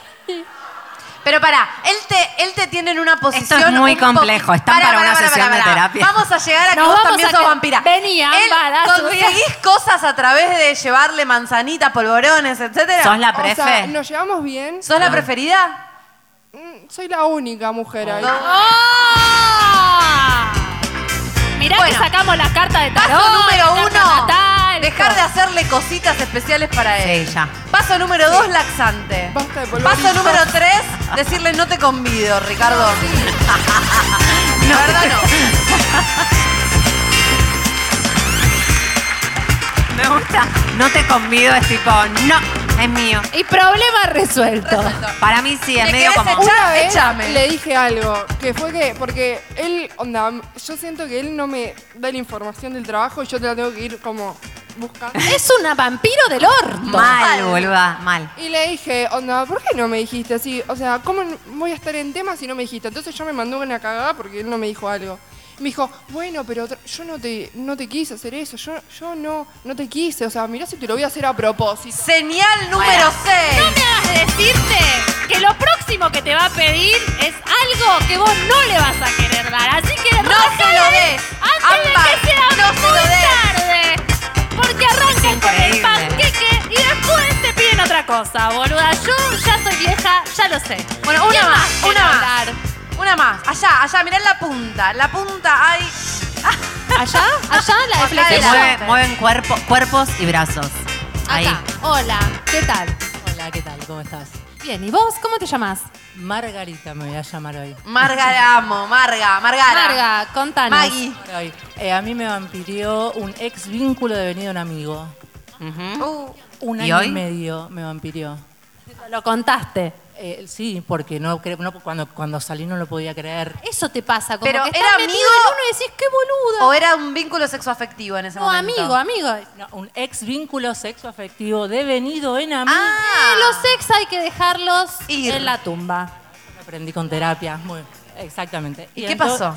Pero pará, él te, él te tiene en una posición.
es muy
un poqui-
complejo, están para una sesión de terapia.
Vamos a llegar a que
Nos
vos
vamos
también
a
sos
que-
vampira.
Vení, Ámbar, haz
él
tu-
conseguís cosas a través de llevarle manzanita, polvorones, etcétera.
¿Sos la
O
prefe?
sea, nos llevamos bien.
¿Sos
Ah.
la preferida?
Mm, Soy la única mujer ahí.
Oh,
¡Ah! Mirá
Bueno.
que sacamos las cartas de
Paso
tarot.
número
la carta
uno,
natal,
dejar de
todo.
hacerle cositas especiales para él.
Sí, ya.
Paso número dos, laxante.
Basta de polvorita.
Paso número tres, decirle no te convido, Ricardo. (laughs) La verdad no.
(laughs)
Me gusta. No te convido, es tipo, no, es mío.
Y problema resuelto.
Para mí sí, es
¿Me
medio
querés
como.
echar?
Una vez
Échame.
le dije algo, que fue que, porque él, onda, yo siento que él no me da la información del trabajo y yo te la tengo que ir como busca.
Es una vampiro del orto.
Mal, boluda, mal.
Y le dije, onda, ¿por qué no me dijiste así? O sea, ¿cómo n- voy a estar en tema si no me dijiste? Entonces yo me mandó una cagada porque él no me dijo algo. Y Me dijo, bueno, pero tra- yo no te, no te quise hacer eso, yo, yo no, no te quise, o sea, mirá si te lo voy a hacer a propósito.
Señal número 6.
No me hagas decirte Este, que lo próximo que te va a pedir es algo que vos no le vas a querer dar. Así que
No se lo
rájale
des.
Antes
Ámbar,
de que sea
no se
muy
lo
tarde. Porque arrancan con el
increíble.
panqueque y después te piden otra cosa, boluda. Yo ya soy vieja, ya lo sé. Bueno, una más,
una más.
hablar?
Una más. Allá, allá, mirá la punta. La punta hay.
¿Allá? Allá la de
Se
Acá
flexión.
mueve- mueven cuerpo, cuerpos y brazos. Ahí.
Acá. Hola, ¿qué tal?
Hola, ¿qué tal? ¿Cómo estás?
Bien, ¿y vos cómo te llamás?
Margarita me voy a llamar hoy. (laughs)
Marga la amo, Marga, Margara.
Marga, contanos.
Maggie.
Para hoy. Eh, a mí me vampirió un ex vínculo de venido un amigo.
Uh,
Un
¿Y
año
hoy?
y medio me vampirió.
Lo contaste.
Eh, sí, porque no, cre- no cuando, cuando salí no lo podía creer.
Eso te pasa, como
Pero
que
era
estás metido
amigo-
en uno y decís, qué boluda.
o era un vínculo sexoafectivo en ese
No,
momento.
amigo, amigo.
No, un ex vínculo sexo afectivo devenido en amigo.
Eh, los ex hay que dejarlos
Ah. Ir.
en la tumba.
Lo Aprendí con terapia, muy, exactamente.
¿Y qué
entonces,
pasó?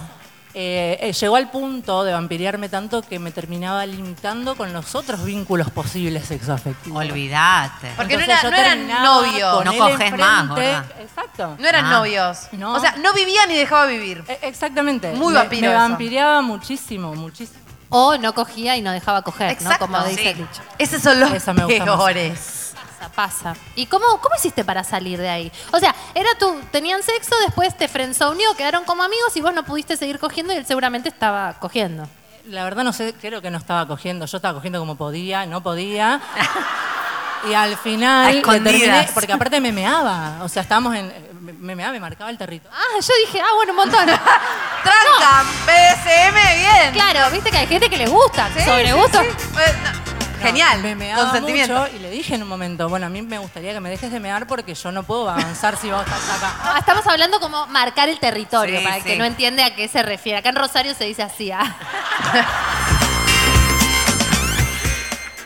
eh, eh, llegó al punto de vampiriarme tanto que me terminaba limitando con los otros vínculos posibles sexoafectivos.
Olvidate.
Porque no,
Entonces
era-
yo
no eran
terminaba
novios.
con
No
él
coges más,
enfrente.
gorda.
Exacto.
No eran
Ah.
novios.
No.
O sea, no vivía ni dejaba vivir.
E- Exactamente.
Muy
Me-
vampiro
Me,
eso.
vampireaba muchísimo, muchísimo.
O no cogía y no dejaba coger,
Exacto.
¿no? Como dice
Sí.
el dicho.
Esos son los
Esa me gusta más.
peores.
Pasa, pasa. ¿Y cómo, cómo hiciste para salir de ahí? O sea, era tú, tenían sexo, después te friendzoneó, quedaron como amigos y vos no pudiste seguir cogiendo y él seguramente estaba cogiendo.
La verdad no sé, creo que no estaba cogiendo. Yo estaba cogiendo como podía, no podía. Ah, Y al final...
A
le
escondidas.
terminé- porque aparte me meaba. O sea, estábamos en... eh, Me, me meaba, me marcaba el territorio.
Ah, yo dije, ah, bueno, un montón.
(laughs) Trancan, BDSM, bien.
claro, viste que hay gente que le gusta,
Sí,
sobre
sí,
gusto.
sí. Eh, no. Genial.
Me meaba
Consentimiento.
mucho y le dije en un momento, bueno, a mí me gustaría que me dejes de mear porque yo no puedo avanzar si vos estás acá.
Ah, Estamos hablando como marcar el territorio,
Sí,
para el
sí.
que no entiende a qué se refiere. Acá en Rosario se dice así, ah.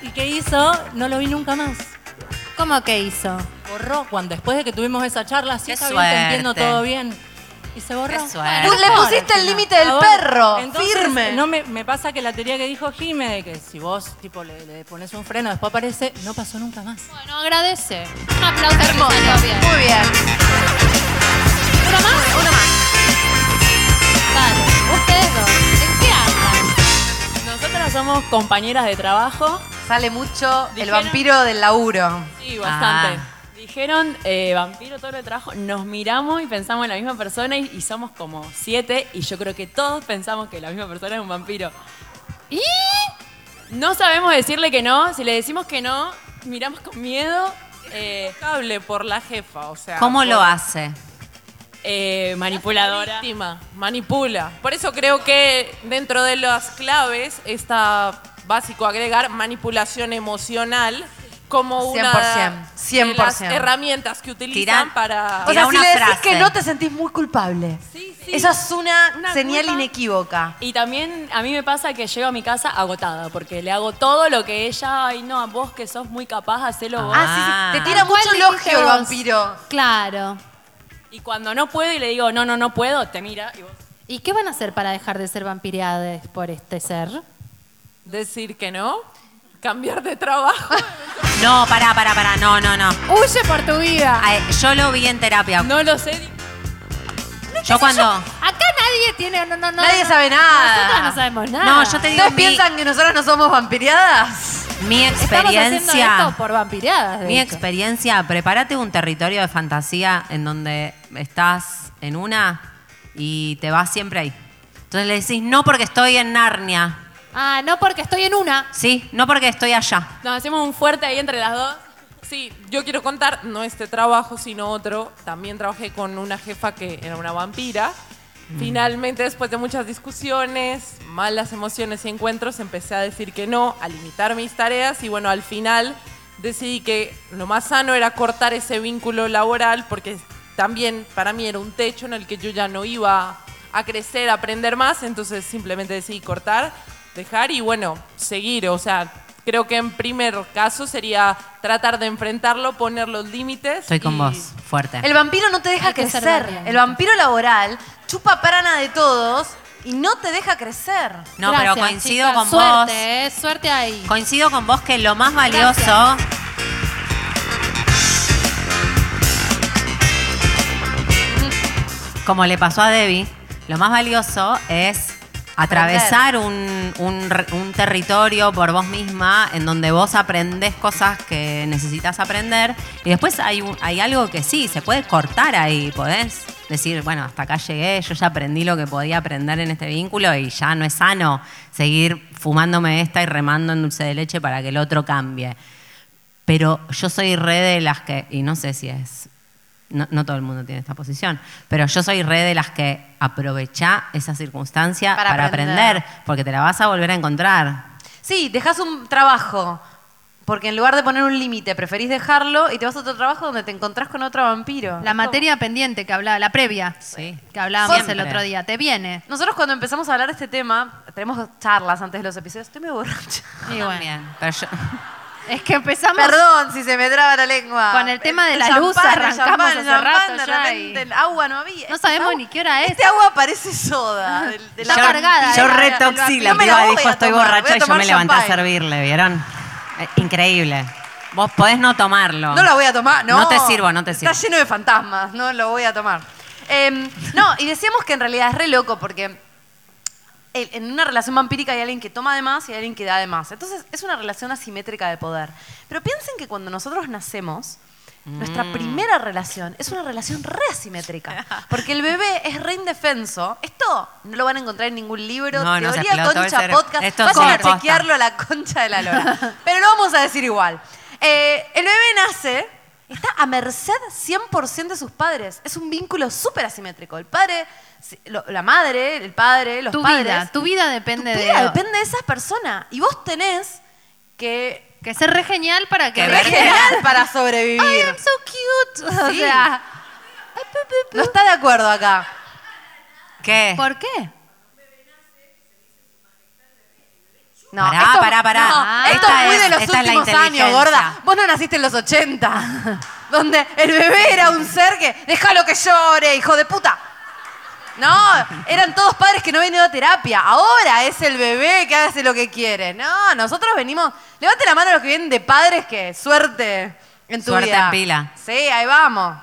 ¿Y qué hizo? No lo vi nunca más.
¿Cómo que hizo?
Borró cuando después de que tuvimos esa charla, sí
Qué
está bien, te entiendo
suerte.
todo bien. Y se borró.
Qué suerte.
Tú le pusiste el límite del
Ahora,
perro,
entonces,
firme.
No me, me pasa que la teoría que dijo Jime de que si vos tipo le, le pones un freno, después aparece, no pasó nunca más.
Bueno, agradece. Un aplauso. que
Hermoso.
salió bien.
Muy bien.
¿Uno más?
Uno más.
Dale, ustedes dos. ¿En qué andan?
Nosotras somos compañeras de trabajo.
Sale mucho el
Dijeron-
vampiro del laburo. Ah.
Sí,
bastante.
Dijeron eh, vampiro todo el trabajo, nos miramos y pensamos en la misma persona y, somos como siete y yo creo que todos pensamos que la misma persona es un vampiro.
¿Y?
No sabemos decirle que no. Si le decimos que no, miramos con miedo. cable por la jefa, o sea.
Eh, ¿Cómo lo hace?
Eh, manipuladora.
manipula. Por eso creo que dentro de las claves está básico agregar manipulación emocional como una
100%,
de las
100%.
herramientas que utilizan
Tirá.
para...
O
Tira
sea, si
una
le decís
frase.
que no, te sentís muy culpable. Esa es una,
Una
señal
culpa.
inequívoca.
Y también a mí me pasa que llego a mi casa agotada, porque le hago todo lo que ella, ay no, a vos que sos muy capaz, hacelo vos.
Ah, sí, sí. Te tira
¿Cuál
mucho
dijiste
elogio el
vos?
vampiro.
Claro.
Y cuando no puedo y le digo, no, no, no puedo, te mira y vos...
¿Y qué van a hacer para dejar de ser vampiriades por este ser?
Decir que no, cambiar de trabajo.
No, pará, pará, pará. No, no, no.
Huye por tu vida.
Ay, yo lo vi en terapia.
No lo sé. di-
yo cuando.
Acá nadie tiene. No, no, no.
Nadie
no.
sabe nada.
Nosotras no sabemos nada.
No, yo te digo.
¿Ustedes
mi-
piensan que nosotros no somos vampiriadas?
Mi
Estamos haciendo esto
experiencia.
por vampiriadas. de
Mi
hecho.
experiencia, prepárate un territorio de fantasía en donde estás en una y te vas siempre ahí. Entonces le decís, no porque estoy en Narnia.
Ah, no, porque estoy en una.
Sí, no porque estoy allá.
Nos hacemos un fuerte ahí entre las dos. Sí, yo quiero contar, no este trabajo, sino otro. También trabajé con una jefa que era una vampira. Mm. Finalmente, después de muchas discusiones, malas emociones y encuentros, empecé a decir que no, a limitar mis tareas y bueno, al final decidí que lo más sano era cortar ese vínculo laboral porque también para mí era un techo en el que yo ya no iba a crecer, a aprender más, entonces simplemente decidí cortar, dejar y bueno, seguir, o sea,
Creo que en primer caso sería tratar de enfrentarlo, poner los límites.
Estoy con vos, fuerte.
El vampiro no te deja
Hay que ser
crecer.
valiente.
El vampiro laboral chupa parana de todos y no te deja crecer.
No,
Gracias,
pero coincido
chicas.
con vos.
suerte, eh, suerte ahí.
Coincido con vos que lo más valioso.
Gracias.
Como le pasó a Debbie, lo más valioso es atravesar un, un re- un territorio por vos misma en donde vos aprendés cosas que necesitas aprender y después hay, un- hay algo que sí, se puede cortar ahí, podés decir, bueno, hasta acá llegué, yo ya aprendí lo que podía aprender en este vínculo y ya no es sano seguir fumándome esta y remando en dulce de leche para que el otro cambie. Pero yo soy re de las que, y no sé si es, no, no todo el mundo tiene esta posición, pero yo soy re de las que aprovecha esa circunstancia
Para
para,
aprender.
aprender. porque te la vas a volver a encontrar.
Sí, dejas un trabajo. Porque en lugar de poner un límite, preferís dejarlo y te vas a otro trabajo donde te encontrás con otro vampiro.
La materia pendiente que hablaba, la previa
Sí.
que hablábamos el
Siempre.
otro día, te viene.
Nosotros cuando empezamos a hablar de este tema, tenemos charlas antes de los episodios, estoy medio borracha.
Y bueno,
También, pero yo-
es que empezamos
Perdón si se me traba la lengua.
Con el tema de la luz
champán, el
arrancamos
champán, el
hace rato
champán, de
ya y-
repente el agua no había.
No
Este
sabemos
agua-
ni qué hora es.
Este agua parece soda. del- de la-
Está
(laughs)
cargada,
Yo
eh,
re
la-
toxi,
el
la
vacío. Me la
piba
voy
dijo
a
estoy
tomar, voy
borracha
a
y yo
tomar
me levanté a
champagne".
servirle, ¿vieron? Eh, increíble. Vos podés no tomarlo.
No la voy a tomar, no.
No te sirvo, no te sirvo.
Está lleno de fantasmas, no lo voy a tomar. Em, no, y decíamos que en realidad es re loco porque el- en una relación vampírica hay alguien que toma de más y hay alguien que da de más. Entonces es una relación asimétrica de poder. Pero piensen que cuando nosotros nacemos, nuestra
Mm.
primera relación es una relación re asimétrica. Porque el bebé es re indefenso. Esto no lo van a encontrar en ningún libro.
No, no, se
Teoría
explotó el
Concha
cerebro.
Podcast.
Esto
Vayan
sí,
a
posta.
chequearlo a la concha de la lora. Pero lo vamos a decir igual. Eh, el bebé nace, está a merced 100% de sus padres. Es un vínculo súper asimétrico. El padre, si- lo- la madre, el padre, los
tu
padres.
vida, tu vida depende
tu
de
vida depende de esa persona. Y vos tenés que
que ser re genial para que
Que
es genial para
(laughs)
sobrevivir.
so cute. O
Sí.
sea,
No está de acuerdo acá.
¿Qué?
¿por qué?
No,
Pará,
esto-
Ah, pará, pará.
no, esto
Esta
es muy
es-
de los
esta es la
últimos años,
inteligencia.
gorda. Vos no naciste en los 80, (laughs) donde el bebé era un ser que, déjalo que llore, hijo de puta. No, eran todos padres que no venían a terapia. Ahora es el bebé que hace lo que quiere. No, nosotros venimos. Levante la mano los que vienen de padres que suerte en tu
Suerte
vida.
en pila.
Sí, ahí vamos.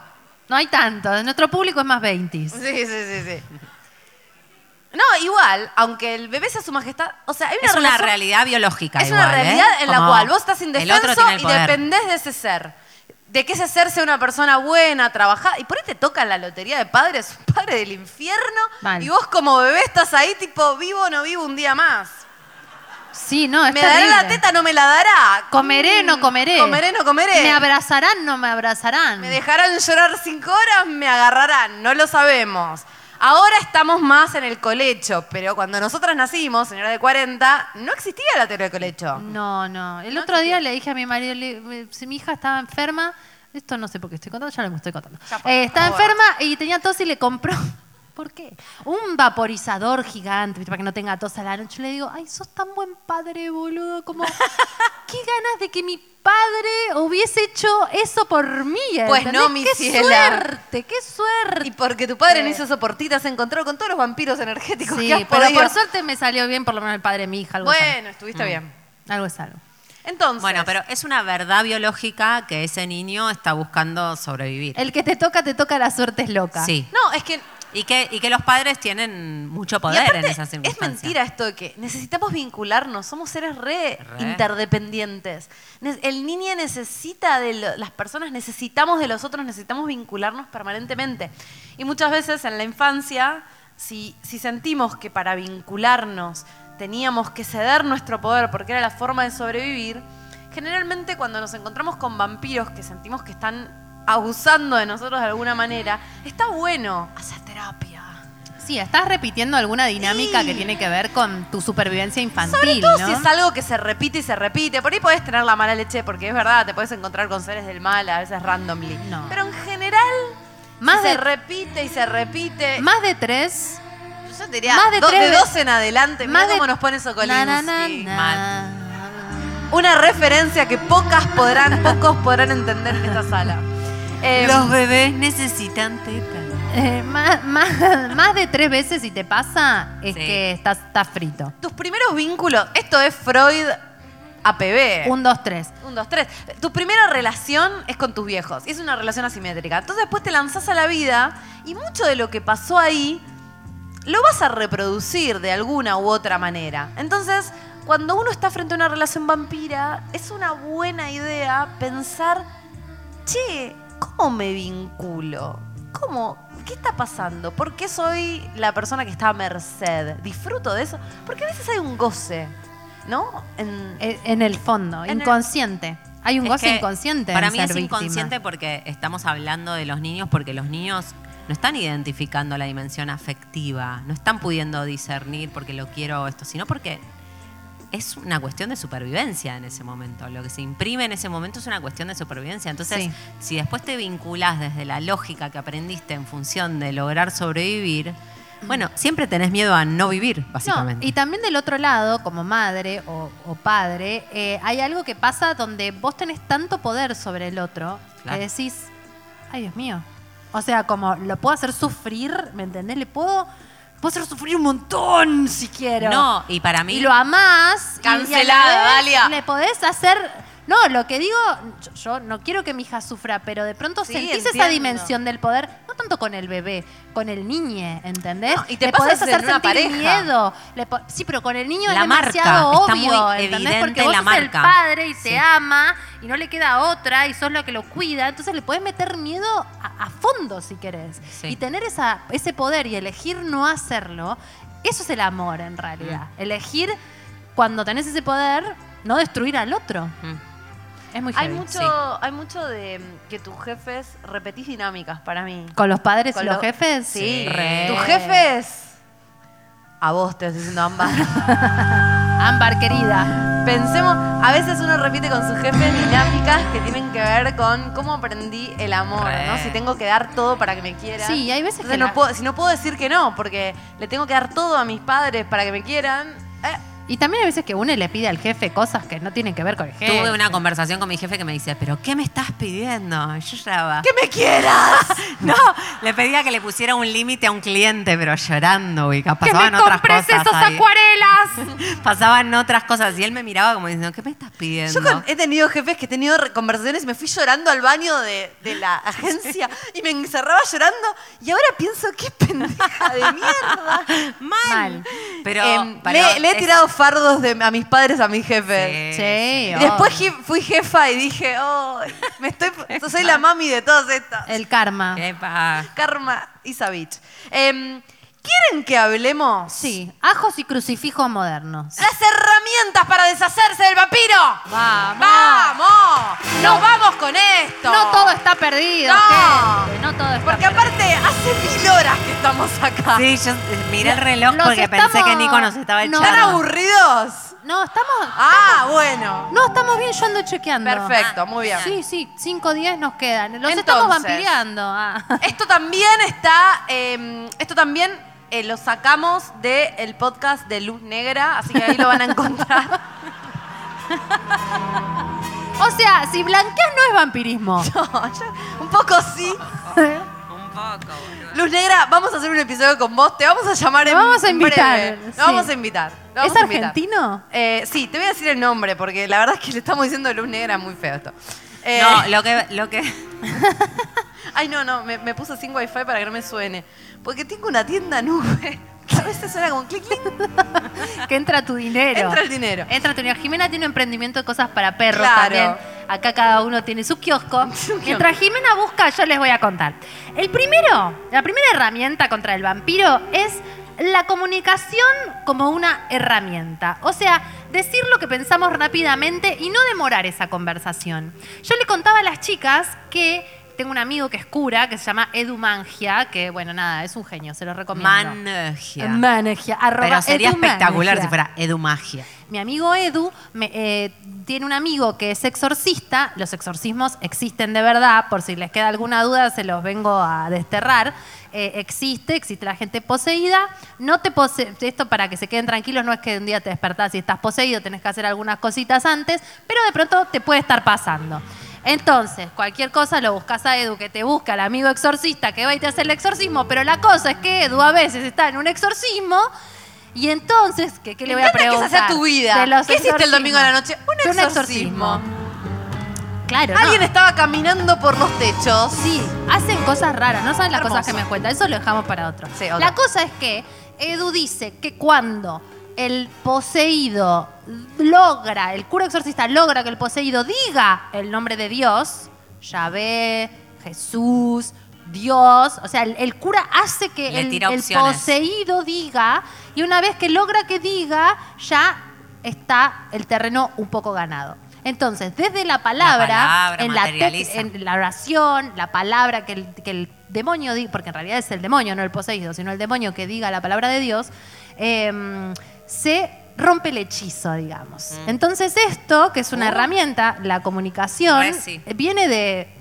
No hay tanto, de nuestro público es más 20.
Sí, sí, sí, sí. No, igual, aunque el bebé sea su majestad, o sea, hay una
Es una
relación-
realidad biológica.
Es
igual,
una
¿eh?
realidad en la
Como
cual vos estás
El otro
indefenso
tiene el
y
poder.
dependés de ese ser. De que ese ser sea una persona buena, trabajada. Y por ahí te toca la lotería de padres, (laughs) un padre del infierno.
Mal.
Y vos como bebé estás ahí tipo, vivo o no vivo un día más.
Sí, no, es
¿Me dará
terrible.
la teta no me la dará?
Comeré,
Mm,
no comeré.
Comeré, no comeré.
Me abrazarán, no me abrazarán.
¿Me dejarán llorar cinco horas? ¿Me agarrarán? No lo sabemos. Ahora estamos más en el colecho, pero cuando nosotras nacimos, señora de 40, no existía la teoría del colecho.
No, no. El otro día le dije a mi marido, le- me- si mi hija estaba enferma, esto no sé por qué estoy contando, ya lo estoy contando. Eh, estaba enferma y tenía tos y le compró. (laughs) ¿Por qué? Un vaporizador gigante, ¿viste? para que no tenga tos a la noche. Yo le digo, ay, sos tan buen padre,
(laughs)
boludo. Como, qué ganas de que mi padre hubiese hecho eso por mí.
Pues no,
¿entendés?
mi
¡Qué
ciela.
suerte! ¡Qué suerte!
Y porque tu padre no hizo soportita, se encontró con todos los vampiros (laughs) energéticos
Sí,
que has
pero
podido.
por suerte me salió bien, por lo menos el padre de mi hija. Algo es algo.
Bueno, estuviste bien.
Algo es algo.
Entonces,
Bueno, pero es una verdad biológica que ese niño está buscando sobrevivir.
El que te toca, te toca, la suerte es loca.
Sí.
no, es que y
Y que, y que los padres tienen mucho poder
aparte,
en esas
es
circunstancias.
mentira esto de que necesitamos vincularnos, somos seres re,
Re.
interdependientes. Ne- El niño necesita de lo- las personas, necesitamos de los otros, necesitamos vincularnos permanentemente. Y muchas veces en la infancia, si, si sentimos que para vincularnos teníamos que ceder nuestro poder porque era la forma de sobrevivir, Generalmente cuando nos encontramos con vampiros que sentimos que están abusando de nosotros de alguna manera, está bueno hacer terapia.
Sí, estás repitiendo alguna dinámica que tiene que ver con tu supervivencia
Sobre
infantil,
todo
¿no?
si es algo que se repite y se repite. Por ahí podés tener la mala leche, porque es verdad, te podés encontrar con seres del mal, a veces randomly.
No.
Pero en general,
Más
si
de-
se repite y se repite.
Más de tres.
yo diría,
más de
do-
tres
de
ve-
dos en adelante. Mirá
más de-
cómo nos pone Sokolinski.
Na, na, na, na.
Una referencia que pocas podrán, (laughs) pocos podrán entender en esta sala. Eh,
Los bebés necesitan teta.
Eh, más, más- (laughs) más de tres veces si te pasa es que estás, estás frito.
Tus primeros vínculos, esto es Freud APB.
Un, dos, tres.
Un, dos, tres. Tu primera relación es con tus viejos. Y es una relación asimétrica. Entonces después te lanzás a la vida y mucho de lo que pasó ahí lo vas a reproducir de alguna u otra manera. Entonces, cuando uno está frente a una relación vampira, es una buena idea pensar, che, ¿cómo me vinculo? ¿Cómo? ¿Qué está pasando? ¿Por qué soy la persona que está a merced? ¿Disfruto de eso? Porque a veces hay un goce, ¿no? En-
En, en el fondo,
En el-
inconsciente. Hay un
Es
goce
que
inconsciente. en
Para mí
ser
es
víctima.
inconsciente porque estamos hablando de los niños, porque los niños no están identificando la dimensión afectiva, no están pudiendo discernir porque lo quiero o esto, sino porque es una cuestión de supervivencia en ese momento. Lo que se imprime en ese momento es una cuestión de supervivencia. Entonces,
Sí.
si después te vinculás desde la lógica que aprendiste en función de lograr sobrevivir, bueno, siempre tenés miedo a no vivir,
Mm. No,
básicamente.
y también del otro lado, como madre o, o padre, eh, hay algo que pasa donde vos tenés tanto poder sobre el otro
Claro.
que decís, ay Dios mío. O sea, como lo puedo hacer sufrir, ¿me entendés? Le puedo, puedo hacer sufrir un montón si quiero.
no, y para mí...
Y lo amás. y- y a la
Cancelada,
vez
Dalia.
Le podés hacer. No, lo que digo, yo, yo no quiero que mi hija sufra, pero de pronto
Sí,
sentís esa
entiendo.
dimensión del poder, no tanto con el bebé, con el niñe, ¿entendés?
No, y te
le
pasa
podés
en
hacer
una
sentir
pareja.
miedo. le po- sí, pero con el niño
La
es
marca,
demasiado
está
obvio,
muy
¿entendés?
evidente
Porque vos
la
sos el
marca.
padre y
Sí.
te ama y no le queda otra y sos lo que lo cuida, entonces le podés meter miedo a, a fondo si querés.
Sí.
Y tener esa, ese poder y elegir no hacerlo, eso es el amor en realidad.
Mm.
Elegir cuando tenés ese poder, no destruir al otro.
Mm.
Es muy
Hay
heavy.
mucho, hay mucho de mm, que tus jefes repetís dinámicas para mí.
¿Con los padres
Con
y los
lo-
jefes?
Sí.
Re.
Tus jefes. A vos te estoy diciendo ambas.
(laughs) Ámbar querida.
Pensemos, a veces uno repite con sus jefes dinámicas que tienen que ver con cómo aprendí el amor,
Re.
¿no? Si tengo que dar todo para que me quieran.
Sí, hay veces
Entonces
que
no
la-
puedo, si no puedo decir que no, porque le tengo que dar todo a mis padres para que me quieran. eh,
Y también hay veces que uno le pide al jefe cosas que no tienen que ver con el jefe.
Eh.
Tuve una conversación con mi jefe que me dice, pero ¿qué me estás pidiendo? Yo lloraba.
¡Que me quieras!
(laughs) No, le pedía que le pusiera un límite a un cliente, pero llorando, y
Que
Pasaban
me
otras
compres
cosas.
esas
ahí.
acuarelas.
(laughs) Pasaban otras cosas. Y él me miraba como diciendo, ¿qué me estás pidiendo?
Yo con- he tenido jefes que he tenido re- conversaciones y me fui llorando al baño de, de la
(laughs)
agencia y me encerraba llorando y ahora pienso qué pendeja
(laughs)
de mierda.
Mal.
Mal.
Pero,
Em,
pero
le, le he
es-
tirado fardos de- a mis padres, a mis jefes.
Sí,
Y
oh.
después je- fui jefa y dije, oh, me
(laughs)
estoy, soy la mami de todas estas.
El karma.
Epa.
Karma Isavich. Em, ¿Quieren que hablemos?
Sí, ajos y crucifijos modernos.
Las herramientas para deshacerse del vampiro.
Vamos.
¡Vamos! ¡Nos vamos con esto!
No todo está perdido,
No.
gente. No todo está
Porque
perdido.
aparte, hace mil horas que estamos acá.
Sí, yo eh, miré el reloj
Los
porque pensé
estamos-
que Nico nos estaba
no.
echando.
¿Están aburridos?
No, estamos.
Ah, bueno.
No, estamos bien, yo ando chequeando. Ah,
Perfecto, muy bien.
Sí, sí, 5 o 10 nos quedan. Los
Entonces.
estamos vampireando. Ah. (laughs)
Esto también está. eh, esto también eh, lo sacamos del podcast de Luz Negra, así que ahí lo van a encontrar.
(laughs) O sea, si blanqueas no es vampirismo.
(laughs) No, yo- un poco sí.
Un poco, boludo.
Luz Negra, vamos a hacer un episodio con vos. Te vamos a llamar
Te
en
vamos a
en breve.
invitar,
Te
sí.
vamos a invitar. te vamos
¿Es
a invitar.
argentino?
Eh, sí, te voy a decir el nombre porque la verdad es que le estamos diciendo Luz Negra muy feo esto. Eh,
No, lo que, lo que
(laughs) Ay, no, no, me, me puse sin wifi para que no me suene. Porque tengo una tienda nube (laughs) que a veces suena como clic, clic,
(laughs) Que entra tu dinero.
entra el dinero.
Entra tu dinero. Jimena tiene un emprendimiento de cosas para perros
Claro.
también. Acá cada uno tiene (laughs) su kiosco. Mientras Jimena busca, yo les voy a contar. El primero, la primera herramienta contra el vampiro es la comunicación como una herramienta. O sea, decir lo que pensamos rápidamente y no demorar esa conversación. Yo le contaba a las chicas que tengo un amigo que es cura, que se llama Edu Mangia, que bueno, nada, es un genio, se lo recomiendo.
Manegia.
Manegia, arroba
Pero sería
Edu
espectacular
Manegia.
si fuera edumagia.
Mi amigo Edu me- eh, tiene un amigo que es exorcista. Los exorcismos existen de verdad, por si les queda alguna duda, se los vengo a desterrar. Eh, existe, existe la gente poseída. No te pose- esto para que se queden tranquilos, no es que un día te despertás y estás poseído, tenés que hacer algunas cositas antes, pero de pronto te puede estar pasando. Entonces, cualquier cosa lo buscas a Edu, que te busca el amigo exorcista que va y te hace el exorcismo, pero la cosa es que Edu a veces está en un exorcismo y entonces, ¿qué, qué le voy a
encanta que esa sea
preguntar?
tu vida.
De los
¿Qué hiciste el
exorcismos.
domingo a la noche? Un
De
exorcismo.
Claro, no.
Alguien estaba caminando por los techos.
Sí, hacen cosas raras, no saben las
Hermoso.
cosas que me cuentan, eso lo dejamos para otro.
Sí, otro.
La cosa es que Edu dice que cuando el poseído logra, el cura exorcista logra que el poseído diga el nombre de Dios, Yahvé, Jesús, Dios, o sea, el, el cura hace que
Le
el,
tira
el
opciones.
poseído diga, y una vez que logra que diga, ya está el terreno un poco ganado. Entonces, desde la palabra,
palabra
en, la tec-
materializa.
en la oración, la palabra que el, que el demonio diga, porque en realidad es el demonio, no el poseído, sino el demonio que diga la palabra de Dios, eh, se rompe el hechizo, digamos.
Mm.
Entonces esto, que es una herramienta, la comunicación,
Re Uh. Pues
eh,
sí.
viene de...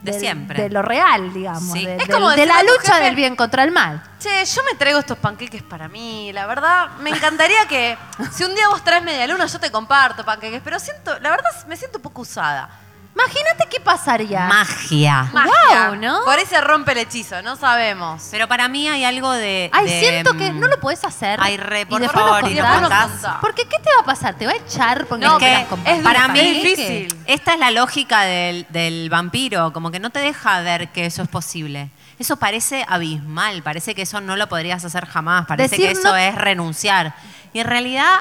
De
del-
siempre.
De lo real, digamos.
Sí.
De,
Es
de-
como
de
decirle
la
a tu
lucha
jefe,
del bien contra el mal.
Che, yo me traigo estos panqueques para mí. La verdad, me encantaría que si un día vos traes media luna, yo te comparto panqueques. Pero siento, la verdad, me siento un poco usada.
Imagínate qué pasaría.
Magia.
Magia.
Guau, ¿no?
Por ahí se rompe el hechizo, no sabemos.
Pero para mí hay algo de.
Ay,
de,
siento que
mm,
no lo podés hacer.
Ay, re,
Y
por
después
favor,
nos
y nos
contás.
contás.
Porque ¿qué te va a pasar? ¿Te va a echar? Porque
No,
no,
que
te las compraste?
es para mí
¿Qué?
difícil.
Esta es la lógica del, del vampiro, como que no te deja ver que eso es posible. Eso parece abismal, parece que eso no lo podrías hacer jamás, parece
Decir
que eso
no-
es renunciar. Y en realidad,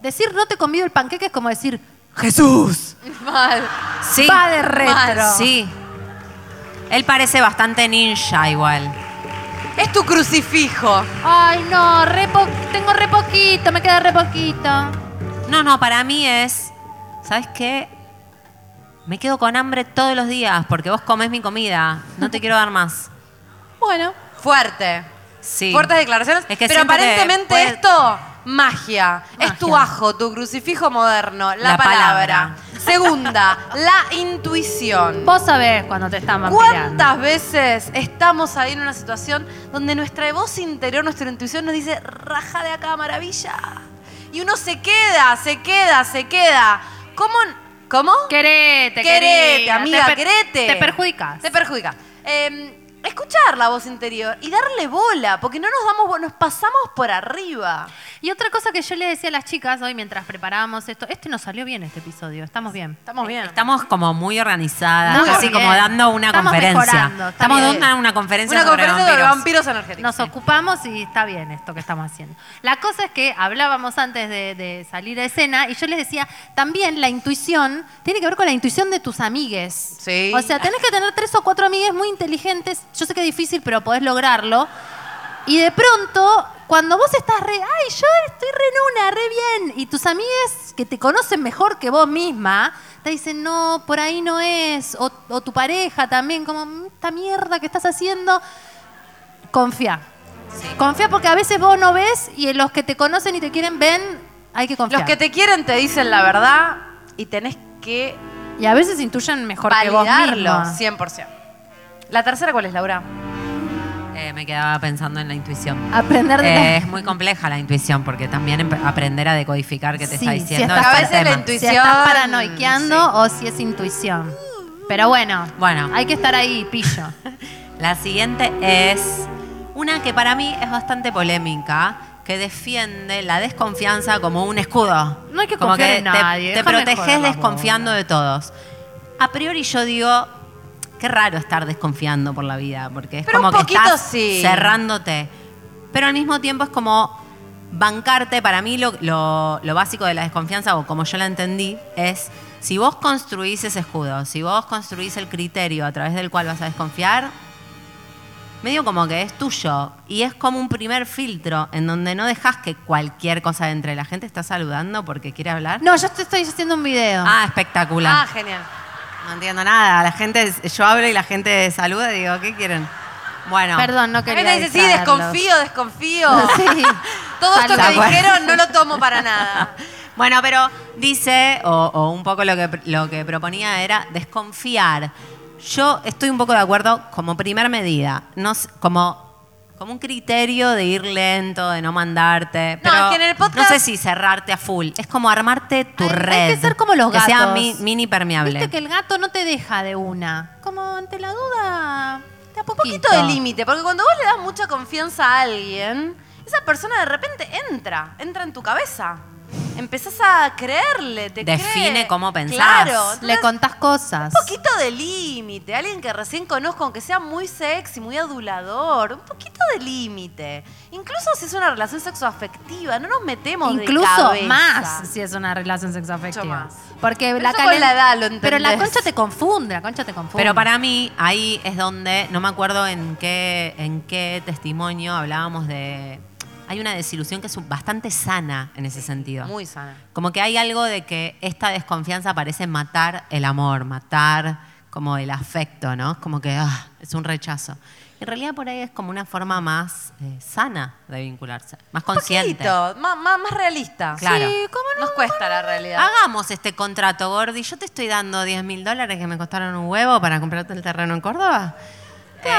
Decir no te convido el panqueque es como decir
Jesús.
Mal.
Sí.
va de retro.
Sí. Él parece bastante ninja igual.
Es tu crucifijo.
Ay, no, re po- tengo re poquito, me queda re poquito.
No, no, para mí es, ¿sabes qué? Me quedo con hambre todos los días porque vos comés mi comida, no te quiero dar más.
(laughs) Bueno,
Fuerte.
Sí.
Fuertes declaraciones.
Es que
pero
siento que
aparentemente
puede-
esto, magia. Es tu ajo, tu crucifijo moderno, la,
La
palabra.
palabra.
Segunda, la intuición.
vos sabés cuando te están vampirando.
¿Cuántas veces estamos ahí en una situación donde nuestra voz interior, nuestra intuición nos dice, raja de acá, maravilla? Y uno se queda, se queda, se queda. ¿Cómo? ¿Cómo?
Querete,
Querete,
querida,
amiga,
te per-
querete.
Te perjudicas.
Te perjudica. Eh, escuchar la voz interior y darle bola, porque no nos damos, bo- nos pasamos por arriba.
Y otra cosa que yo le decía a las chicas hoy mientras preparábamos esto, este nos salió bien este episodio, estamos bien.
Estamos bien.
Estamos como muy organizadas,
Estamos
así
bien.
como dando una
Estamos
conferencia.
mejorando, está
Estamos
bien.
dando una conferencia
una
sobre
conferencia sobre
vampiros.
vampiros energéticos.
Nos ocupamos y está bien esto que estamos haciendo. La cosa es que hablábamos antes de, de salir a escena y yo les decía, también la intuición tiene que ver con la intuición de tus amigues.
Sí.
O sea, tenés que tener tres o cuatro amigues muy inteligentes. Yo sé que es difícil, pero podés lograrlo. Y de pronto, cuando vos estás re, ay, yo estoy re en una, re bien, y tus amigues que te conocen mejor que vos misma, te dicen, no, por ahí no es, o, o tu pareja también, como, "Mm, esta mierda que estás haciendo, confía. Confía porque a veces vos no ves y los que te conocen y te quieren ven, hay que confiar.
Los que te quieren te dicen la verdad y tenés que
Y a veces intuyen mejor que vos
validarlo
mismo.
100%. ¿La tercera cuál es, Laura?
Eh, me quedaba pensando en la intuición.
Aprender de
Eh,
la-
es muy compleja la intuición porque también empe- aprender a decodificar qué te
Sí,
está
si
diciendo.
estás-
es
a
un
veces la
tema.
intuición-
Si estás paranoiqueando o si es intuición. Pero bueno,
Bueno.
hay que estar ahí,
(laughs)
pillo.
La siguiente es una que para mí es bastante polémica, que defiende la desconfianza como un escudo.
No hay que
como
confiar en
te,
nadie,
Te
déjame
proteges
joder, vamos.
desconfiando de todos. A priori yo digo, qué raro estar desconfiando por la vida, porque es
Pero
como
un
que
poquito
estás
sí.
cerrándote. Pero al mismo tiempo es como bancarte. Para mí lo, lo- lo básico de la desconfianza, o como yo la entendí, es si vos construís ese escudo, si vos construís el criterio a través del cual vas a desconfiar, medio como que es tuyo y es como un primer filtro en donde no dejas que cualquier cosa entre la gente está saludando porque quiere hablar.
No, yo te estoy haciendo un video.
Ah, espectacular.
Ah, genial.
No entiendo nada. La gente, yo hablo y la gente saluda y digo, ¿qué quieren? Bueno.
Perdón, no
La
quería.
gente dice, sí,
dispararlos".
desconfío, desconfío.
(laughs) Sí.
Todo esto que
Salud.
dijeron no lo tomo para
(laughs)
nada.
Bueno, pero dice, o, o un poco lo que, lo que proponía era desconfiar. Yo estoy un poco de acuerdo como primer medida, no s- como, como un criterio de ir lento, de no mandarte.
No,
Pero
es que en el podcast-
no sé si cerrarte a full, es como armarte tu
Hay- hay
red.
que ser como los
Que sea
gatos.
mi- mini permeable.
Viste que el gato no te deja de una. Como ante la duda. de a
Un poquito de límite, porque cuando vos le das mucha confianza a alguien, esa persona de repente entra, entra en tu cabeza. Empezás a creerle, te
Define
cree.
cómo pensás.
Claro,
Le
entonces,
contás cosas.
un poquito de límite, alguien que recién conozco, aunque sea muy sexy, muy adulador, un poquito de límite. Incluso si es una relación sexoafectiva, no nos metemos de
Incluso
cabeza.
más si es una relación sexoafectiva.
Mucho más.
Porque
Pero
la
eso con
calen-
la edad lo
Pero la
entendés.
concha te confunde, la concha te confunde.
Pero para mí, ahí es donde, no me acuerdo en qué, en qué testimonio hablábamos de. Hay una desilusión que es bastante sana en ese sentido.
Muy sana.
Como que hay algo de que esta desconfianza parece matar el amor, matar como el afecto, ¿no? Como que ah, es un rechazo. En realidad por ahí es como una forma más eh, sana de vincularse, más consciente.
Poquito, más, más, más realista.
Claro.
Sí, cómo no. Nos cuesta la realidad.
Hagamos este contrato, Gordi. Yo te estoy dando 10 mil dólares que me costaron un huevo para comprarte el terreno en Córdoba. Eh,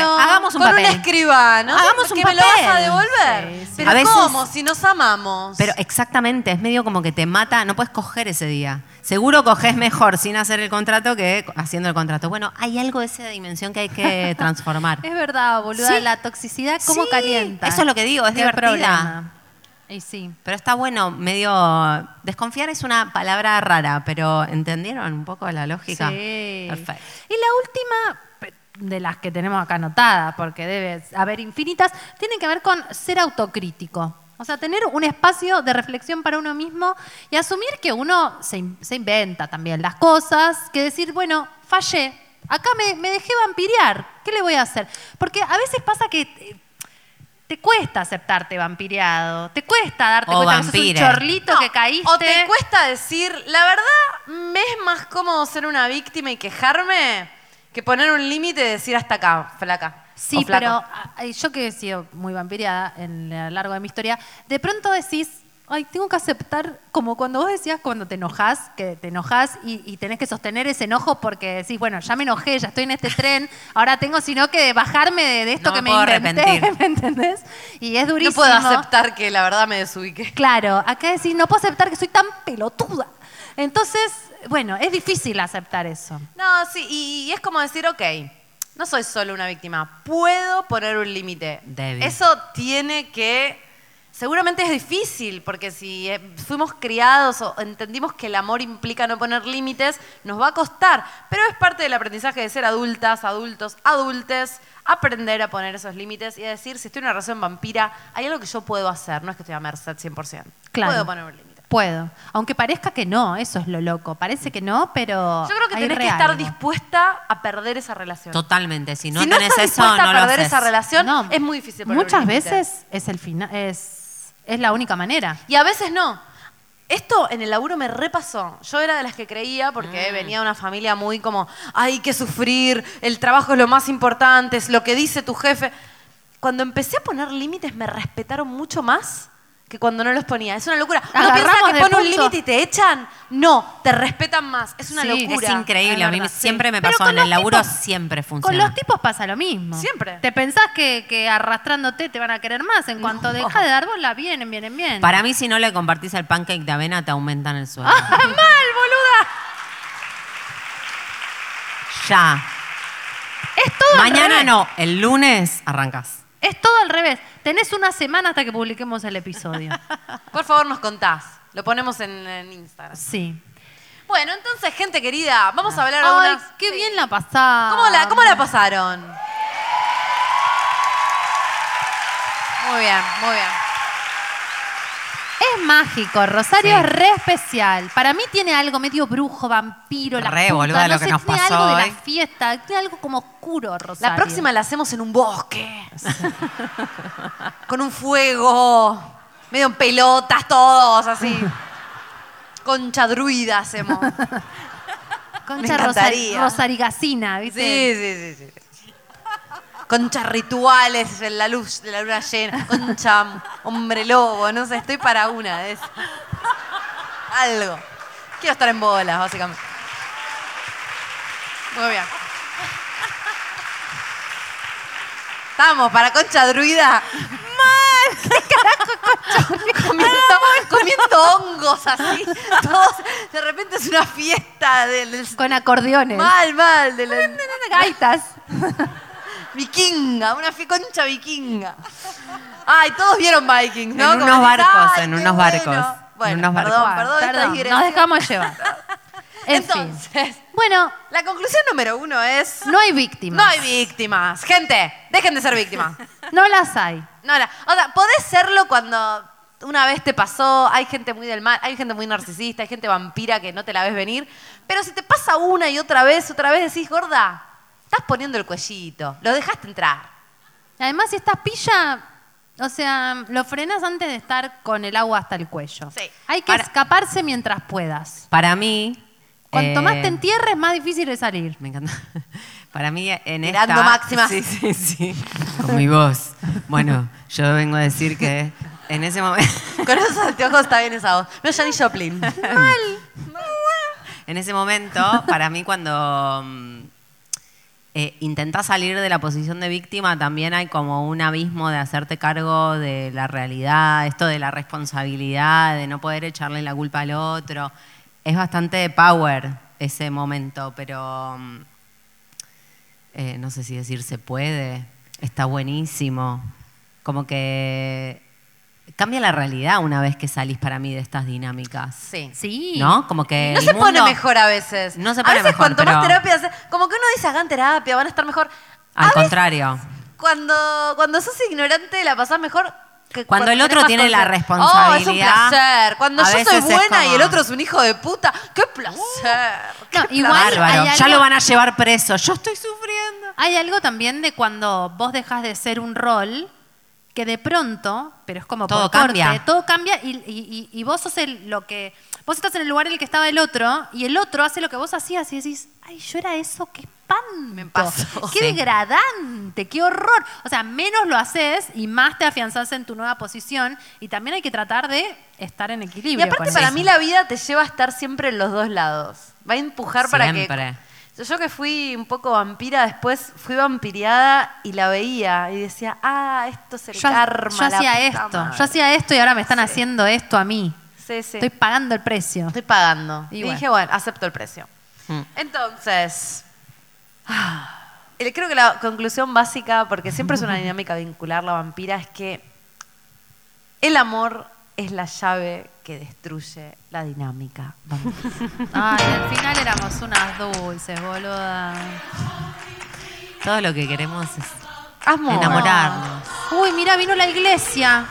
hagamos un
con
papel.
un escribano.
Hagamos un
que me lo vas a
papel.
devolver.
Sí, sí.
Pero
A veces-
¿cómo? Si nos amamos.
Pero exactamente, es medio como que te mata, no puedes coger ese día. Seguro coges mejor sin hacer el contrato que haciendo el contrato. Bueno, hay algo de esa dimensión que hay
(laughs)
que transformar.
Es verdad, boluda,
Sí.
la toxicidad, ¿cómo
Sí,
calienta?
eso es lo que digo, es
Qué
divertida.
problema. Y sí.
Pero está bueno, medio... Desconfiar es una palabra rara, pero ¿entendieron un poco la lógica?
Sí.
Perfecto.
Y la última pe- de las que tenemos acá anotadas, porque debe haber infinitas, tiene que ver con ser autocrítico. O sea, tener un espacio de reflexión para uno mismo y asumir que uno se, in- se inventa también las cosas, que decir, bueno, fallé, acá me, me dejé vampirear, ¿qué le voy a hacer? Porque a veces pasa que eh, te cuesta aceptarte vampireado, te cuesta darte
O
cuenta que
vampire.
sos un chorlito
No,
que caíste.
O te cuesta decir, la verdad, me es más cómodo ser una víctima y quejarme que poner un límite y decir hasta acá, flaca. o
Sí,
flaco.
pero ah, ah, yo que he sido muy vampiriada en a lo largo de mi historia, de pronto decís, ay, tengo que aceptar, como cuando vos decías cuando te enojás, que te enojás y, y tenés que sostener ese enojo porque decís, bueno, ya me enojé, ya estoy en este tren, ahora tengo sino que bajarme de, de esto
No
que
me
me,
puedo
inventé,
arrepentir.
(laughs) ¿me entendés? Y es durísimo.
No puedo aceptar que la verdad me desubique.
Claro, acá decís, no puedo aceptar que soy tan pelotuda. Entonces, bueno, es difícil aceptar eso.
No, sí, y, y es como decir, ok, no soy solo una víctima, puedo poner un límite.
Débil.
Eso tiene que... Seguramente es difícil, porque si eh, fuimos criados o entendimos que el amor implica no poner límites, nos va a costar. Pero es parte del aprendizaje de ser adultas, adultos, adultes, aprender a poner esos límites y a decir, si estoy en una relación vampira, hay algo que yo puedo hacer, no es que estoy a merced 100%.
Claro.
Puedo poner un límite.
Puedo. Aunque parezca que no, eso es lo loco. Parece que no, pero.
Yo creo que
hay
tenés
re
que estar
algo.
dispuesta a perder esa relación.
Totalmente, si no,
si no
tenés
estás
eso,
dispuesta
no
a
lo
perder
haces.
esa relación,
No,
es muy difícil. poner
Muchas
un límite.
veces es el final. Es, es la única manera.
Y a veces no. Esto en el laburo me repasó. Yo era de las que creía
Mm.
porque venía de una familia muy como, hay que sufrir, el trabajo es lo más importante, es lo que dice tu jefe. Cuando empecé a poner límites me respetaron mucho más que cuando no los ponía. Es una locura. Uno
Agarramos
piensa que
de
pone un
punto.
límite y te echan. No, te respetan más. Es una
Sí, es
locura.
Es increíble, a mí
verdad.
siempre me
Pero
pasó,
con
en el
los
laburo
tipos-
siempre
Con
funciona.
los tipos pasa lo mismo.
Siempre.
Te pensás que, que arrastrándote te van a querer más. En cuanto dejas de dar bola, vienen, vienen, vienen.
Para
(laughs)
mí, si no le compartís el pancake de avena, te aumentan el sueldo.
¡Ah, mal, boluda!
ya.
Es todo al
Mañana
revés.
no, el lunes arrancas.
Es todo al revés. Tenés una semana hasta que publiquemos
(laughs)
el episodio.
Por favor, nos contás. Lo ponemos en, en Instagram.
Sí.
Bueno, entonces, gente querida, vamos a hablar
Ah. Ay,
algunas.
qué bien la pasada.
¿Cómo la, ¿Cómo la pasaron? Muy bien, muy bien.
Es mágico, Rosario
Sí.
es re especial. Para mí tiene algo medio brujo, vampiro, la
Re,
puta,
boluda,
no
lo que
sé,
nos
tiene
pasó
algo de
hoy.
la fiesta, tiene algo como oscuro, Rosario.
La próxima la hacemos en un
(laughs)
bosque. Con un fuego. Medio en
(laughs)
pelotas todos, así. Concha druida hacemos.
Concha
encantaría.
rosa- rosarigacina,
Sí,
¿viste?
sí, sí, sí. Conchas rituales en la luz de la luna llena. Concha hombre lobo, no sé, estoy para una de esas. Algo. Quiero estar en bolas, básicamente. Muy bien. Estamos para concha druida. ¡Mal! (laughs) ¿Qué carajo concha druida? Comiendo, comiendo hongos así. Todos, de repente es una fiesta del, del-
Con acordeones.
Mal, mal. De la-
Gaitas.
(laughs) Vikinga, una fi- concha vikinga. Ay, todos vieron Vikings, ¿no?
En
Como
unos
decís,
barcos,
"Ay,
en
qué
unos barcos,
bueno".
en
Bueno,
unos barcos.
perdón, perdón, esta
Perdón,
digresión.
nos dejamos llevar. En
Entonces,
fin. Bueno,
la conclusión número uno es...
no hay víctimas.
No hay víctimas. Gente, dejen de ser víctimas.
(laughs) No las hay.
No, la- o sea, podés serlo cuando una vez te pasó, hay gente muy del mal, hay gente muy narcisista, hay gente vampira que no te la ves venir, pero si te pasa una y otra vez, otra vez decís, gorda, estás poniendo el cuellito, lo dejaste entrar.
Además, si estás pilla, o sea, lo frenas antes de estar con el agua hasta el cuello.
Sí.
Hay que
Ahora-
escaparse mientras puedas.
Para mí.
Cuanto más
eh,
te entierres, más difícil es salir.
Me encanta. Para mí, en
Tirando
esta...
máximas.
Sí, sí, (laughs) sí. Con mi voz. Bueno, yo vengo a decir que en ese momento...
(laughs) Con esos anteojos está bien esa voz. No, Janis Joplin.
En ese momento, para mí, cuando mm, eh, intentás salir de la posición de víctima, también hay como un abismo de hacerte cargo de la realidad, esto de la responsabilidad, de no poder echarle la culpa al otro. Es bastante power ese momento, pero mm, eh, no sé si decir se puede, está buenísimo. Como que cambia la realidad una vez que salís para mí de estas dinámicas.
Sí.
Sí.
¿No? Como que.
No
el
se pone
mundo-
mejor a veces.
No se
a
pone
veces
mejor,
cuanto más
pero-
terapia, haces- como que uno dice, hagan terapia, van a estar mejor.
Al
A veces,
contrario.
Cuando, cuando sos ignorante la pasás mejor que
Cuando el otro
tenés más
tiene la
conciencia.
responsabilidad,
Oh, es un placer. Cuando
a
yo soy
veces es
buena y el
como-
otro es un hijo de puta, (laughs) qué placer. qué
No, igual
placer.
Bárbaro.
hay
Ya
algo-
lo van a llevar preso. Yo estoy sufriendo.
Hay algo también de cuando vos dejas de ser un rol que de pronto, pero es como
Todo
por corte,
cambia.
todo cambia y, y- y- y vos sos el, lo que vos estás en el lugar en el que estaba el otro y el otro hace lo que vos hacías y decís, ay, yo era eso, qué espanto,
pasó".
qué
Sí.
degradante, qué horror. O sea, menos lo haces y más te afianzás en tu nueva posición y también hay que tratar de estar en
Y
equilibrio.
aparte
con
para
eso.
mí la vida te lleva a estar siempre en los dos lados. Va a empujar para
Siempre.
que... Yo que fui un poco vampira, después fui vampiriada y la veía y decía, ah, esto es el
yo,
karma.
yo
la
hacía
puta
esto,
madre".
yo hacía esto y ahora me están haciendo esto a mí.
Sí, sí.
Estoy pagando el precio.
Estoy pagando.
Y
Y,
bueno. Mm.
dije, bueno, acepto el precio. Entonces, (sighs) ah, eh, creo que la conclusión básica, porque siempre es
(laughs)
una dinámica vincular la vampira, es que el amor es la llave que destruye la dinámica. vampira.
Ay, al final éramos unas dulces, boluda.
Todo lo que queremos es
Amor.
enamorarnos.
Uy, mira, vino la iglesia.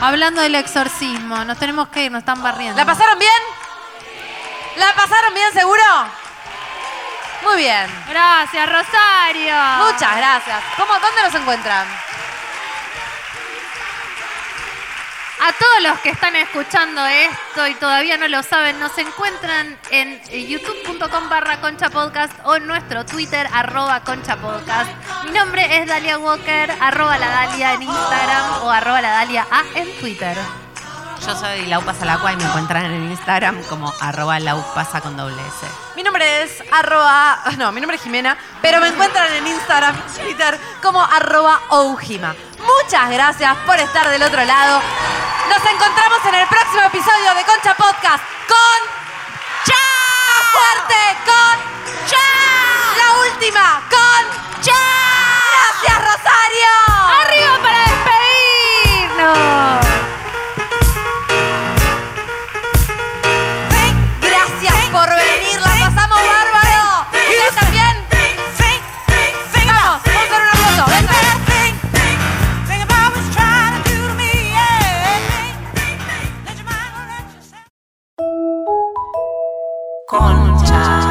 Hablando del exorcismo, nos tenemos que ir, nos están barriendo.
¿La pasaron bien? ¿La pasaron bien, seguro? Muy bien.
Gracias, Rosario.
Muchas gracias. ¿Cómo, ¿Dónde nos encuentran?
A todos los que están escuchando esto y todavía no lo saben, nos encuentran en youtube.com barra concha podcast o en nuestro Twitter arroba concha podcast. Mi nombre es Dalia Walker, arroba la Dalia en Instagram o arroba la Dalia A en Twitter.
Yo soy Lau Pasalacua y me encuentran en Instagram como arroba laupasa con doble S.
Mi nombre es arroba, no, mi nombre es Jimena, pero me encuentran en Instagram, Twitter, como arroba Oujima. Muchas gracias por estar del otro lado. Nos encontramos en el próximo episodio de Concha Podcast con ¡Cha! ¡Fuerte! ¡Con ¡Cha! ¡La última! ¡Con ¡Cha! ¡Gracias, Rosario!
¡Arriba para despedirnos!
Gracias por venir, la pasamos bárbaro. ¿Y ustedes también? Vamos, vamos a hacer una foto. Venga.
Concha.